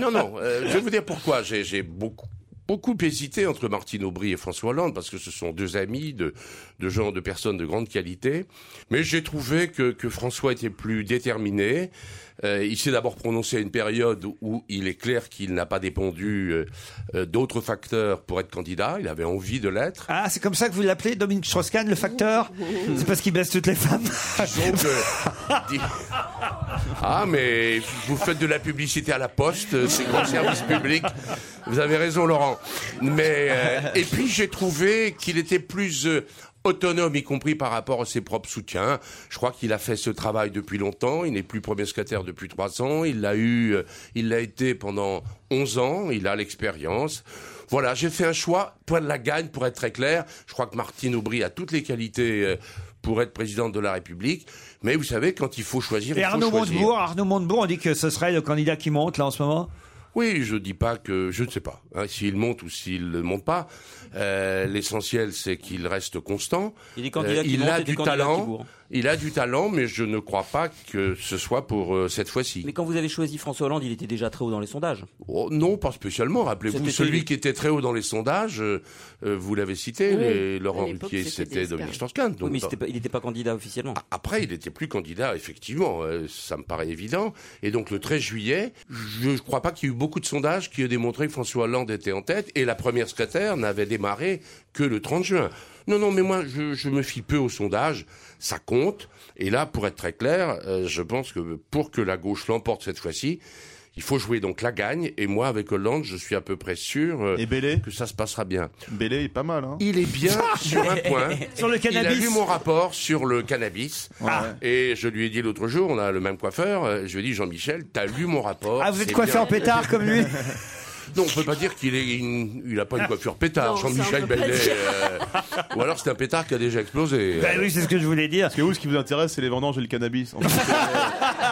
non, non. euh, je vais vous dire pourquoi. J'ai j'ai beaucoup beaucoup hésité entre Martine Aubry et François Hollande parce que ce sont deux amis de, de gens de personnes de grande qualité mais j'ai trouvé que, que François était plus déterminé Euh, il s'est d'abord prononcé à une période où il est clair qu'il n'a pas dépendu euh, euh, d'autres facteurs pour être candidat il avait envie de l'être
Ah, c'est comme ça que vous l'appelez Dominique Strauss-Kahn, le facteur C'est parce qu'il baisse toutes les femmes
Donc, euh, dis- Ah, mais vous faites de la publicité à la poste, euh, c'est grand service public. Vous avez raison, Laurent. Mais, euh, et puis, j'ai trouvé qu'il était plus euh, autonome, y compris par rapport à ses propres soutiens. Je crois qu'il a fait ce travail depuis longtemps. Il n'est plus premier secrétaire depuis trois ans. Il l'a eu, euh, il l'a été pendant 11 ans. Il a l'expérience. Voilà, j'ai fait un choix, point de la gagne, pour être très clair. Je crois que Martine Aubry a toutes les qualités euh, pour être présidente de la République. Mais vous savez, quand il faut choisir,
Et
il faut
Arnaud
choisir.
Montebourg, Arnaud Montebourg, on dit que ce serait le candidat qui monte là en ce moment
Oui, je dis pas que je ne sais pas hein, s'il monte ou s'il ne monte pas. Euh, L'essentiel, c'est qu'il reste constant.
Il y a des candidats qui
il
montent
a
et des
du
candidats qui
talent.
bourrent.
Il a du talent, mais je ne crois pas que ce soit pour euh, cette fois-ci.
Mais quand vous avez choisi François Hollande, il était déjà très haut dans les sondages.
Oh, non, pas spécialement. Rappelez-vous,
C'était
celui
lui.
qui était très haut dans les sondages, euh, euh, vous l'avez cité,
Oui.
les-
À
Laurent
l'époque,
Ruquier,
c'était des
c'était
experts.
Dominique Strauss-Kahn.
Oui, mais c'était pas- il n'était pas candidat officiellement.
Après, il n'était plus candidat, effectivement, euh, ça me paraît évident. Et donc, le 13 juillet, je ne crois pas qu'il y ait eu beaucoup de sondages qui aient démontré que François Hollande était en tête, et la première secrétaire n'avait démarré que le 30 juin. Non, non, mais moi, je, je me fie peu aux sondages, ça compte. Et là, pour être très clair, euh, je pense que pour que la gauche l'emporte cette fois-ci, il faut jouer donc la gagne. Et moi, avec Hollande, je suis à peu près sûr euh, que ça se passera bien.
Bélé est pas mal. Hein.
Il est bien sur un point.
Sur le cannabis.
Il a lu mon rapport sur le cannabis.
Ah.
Et je lui ai dit l'autre jour, on a le même coiffeur, euh, je lui ai dit Jean-Michel, t'as lu mon rapport.
Ah, vous êtes
c'est
coiffé
bien.
en pétard comme lui Ah.
Non, on peut pas dire qu'il est, une- il a pas une coiffure pétard,
Non, ça, on
Jean-Michel
peut pas
Bellet.
dire.
euh, ou alors c'est un pétard qui a déjà explosé.
Ben oui, c'est ce que je voulais dire.
Parce que vous, ce qui vous intéresse, c'est les vendanges et le cannabis. En fait.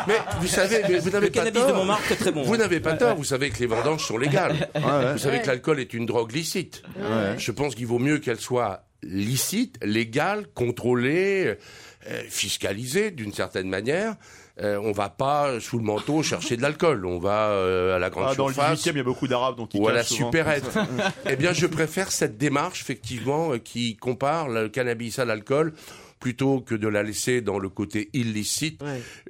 Mais vous savez, mais vous
Le
n'avez pas
cannabis
tort.
de Montmartre est très bon.
Vous n'avez pas
Ouais,
tort.
ouais.
Vous savez que les vendanges sont légales.
Ouais, ouais.
Vous savez
Ouais.
que l'alcool est une drogue licite.
Ouais.
Je pense qu'il vaut mieux qu'elle soit licite, légale, contrôlée, euh, fiscalisée d'une certaine manière. Euh, on va pas sous le manteau chercher de l'alcool. On va euh, à la grande
Ah, dans le
surface
18 e il y a beaucoup d'arabes, donc ils
ou à la
cachent souvent.
supérette. eh bien, je préfère cette démarche, effectivement, euh, qui compare le cannabis à l'alcool plutôt que de la laisser dans le côté illicite.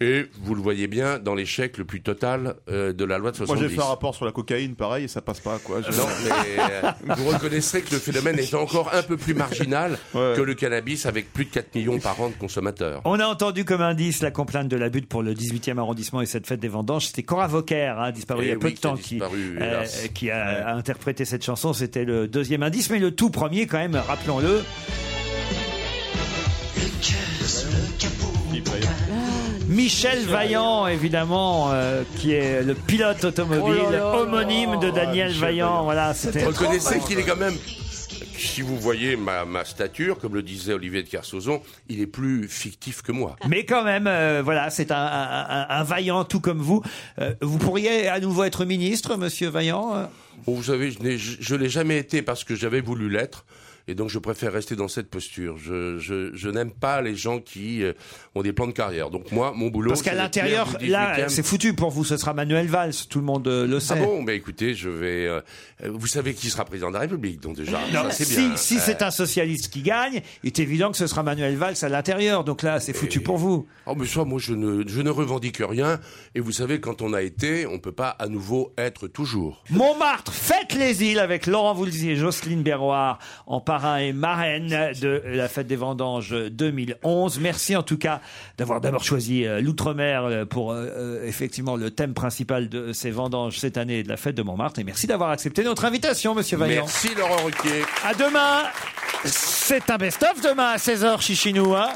Et vous le voyez bien dans l'échec le plus total euh, de la loi de
Moi,
70.
j'ai fait un rapport sur la cocaïne, pareil, et ça passe pas, quoi. Je-
Non, mais euh, vous reconnaîtrez que le phénomène est encore un peu plus marginal que le cannabis avec plus de 4 millions par an de consommateurs.
On a entendu comme indice la complainte de la butte pour le 18e arrondissement et cette fête des vendanges. C'était Cora Vauquer, hein, disparu
Eh
il y a peu
oui,
de
qui a
temps,
disparu,
euh,
hélas.
qui a a interprété cette chanson. C'était le deuxième indice, mais le tout premier quand même, rappelons-le. Michel Vaillant, évidemment, euh, qui est le pilote automobile
Oh là là
homonyme de Daniel Vaillant. Voilà, c'était.
Reconnaissez qu'il est quand même. Si vous voyez ma, ma stature, comme le disait Olivier de Kersauzon, il est plus fictif que moi.
Mais quand même, euh, voilà, c'est un, un- un- un vaillant tout comme vous. Euh, vous pourriez à nouveau être ministre, monsieur Vaillant euh
Bon, Oh, vous savez, je n'ai- je je l'ai jamais été parce que j'avais voulu l'être. Et donc, je préfère rester dans cette posture. Je, je, je n'aime pas les gens qui euh, ont des plans de carrière. Donc, moi, mon boulot.
Parce qu'à
c'est d'être
l'intérieur,
maire du
là,
18e.
c'est foutu pour vous. Ce sera Manuel Valls, tout le monde euh, le
Ah
sait.
bon, mais écoutez, je vais. euh, euh, vous savez qui sera président de la République, donc déjà. Ah,
Non,
ça, c'est
si
bien.
si c'est un socialiste qui gagne, il est évident que ce sera Manuel Valls à l'intérieur. Donc là, c'est foutu pour vous.
Oh, mais ça, moi, je ne, je ne revendique rien. Et vous savez, quand on a été, on peut pas à nouveau être toujours.
Montmartre, faites les îles avec Laurent Voulzy et Jocelyne Berroir en parrain et marraine de la fête des vendanges 2011. Merci en tout cas d'avoir d'abord choisi euh, l'outre-mer euh, pour euh, euh, effectivement le thème principal de ces vendanges cette année et de la fête de Montmartre. Et merci d'avoir accepté notre invitation, monsieur Vaillant.
Merci, Laurent Ruquier.
À demain. C'est un best-of demain à 16h, Chichinou. hein.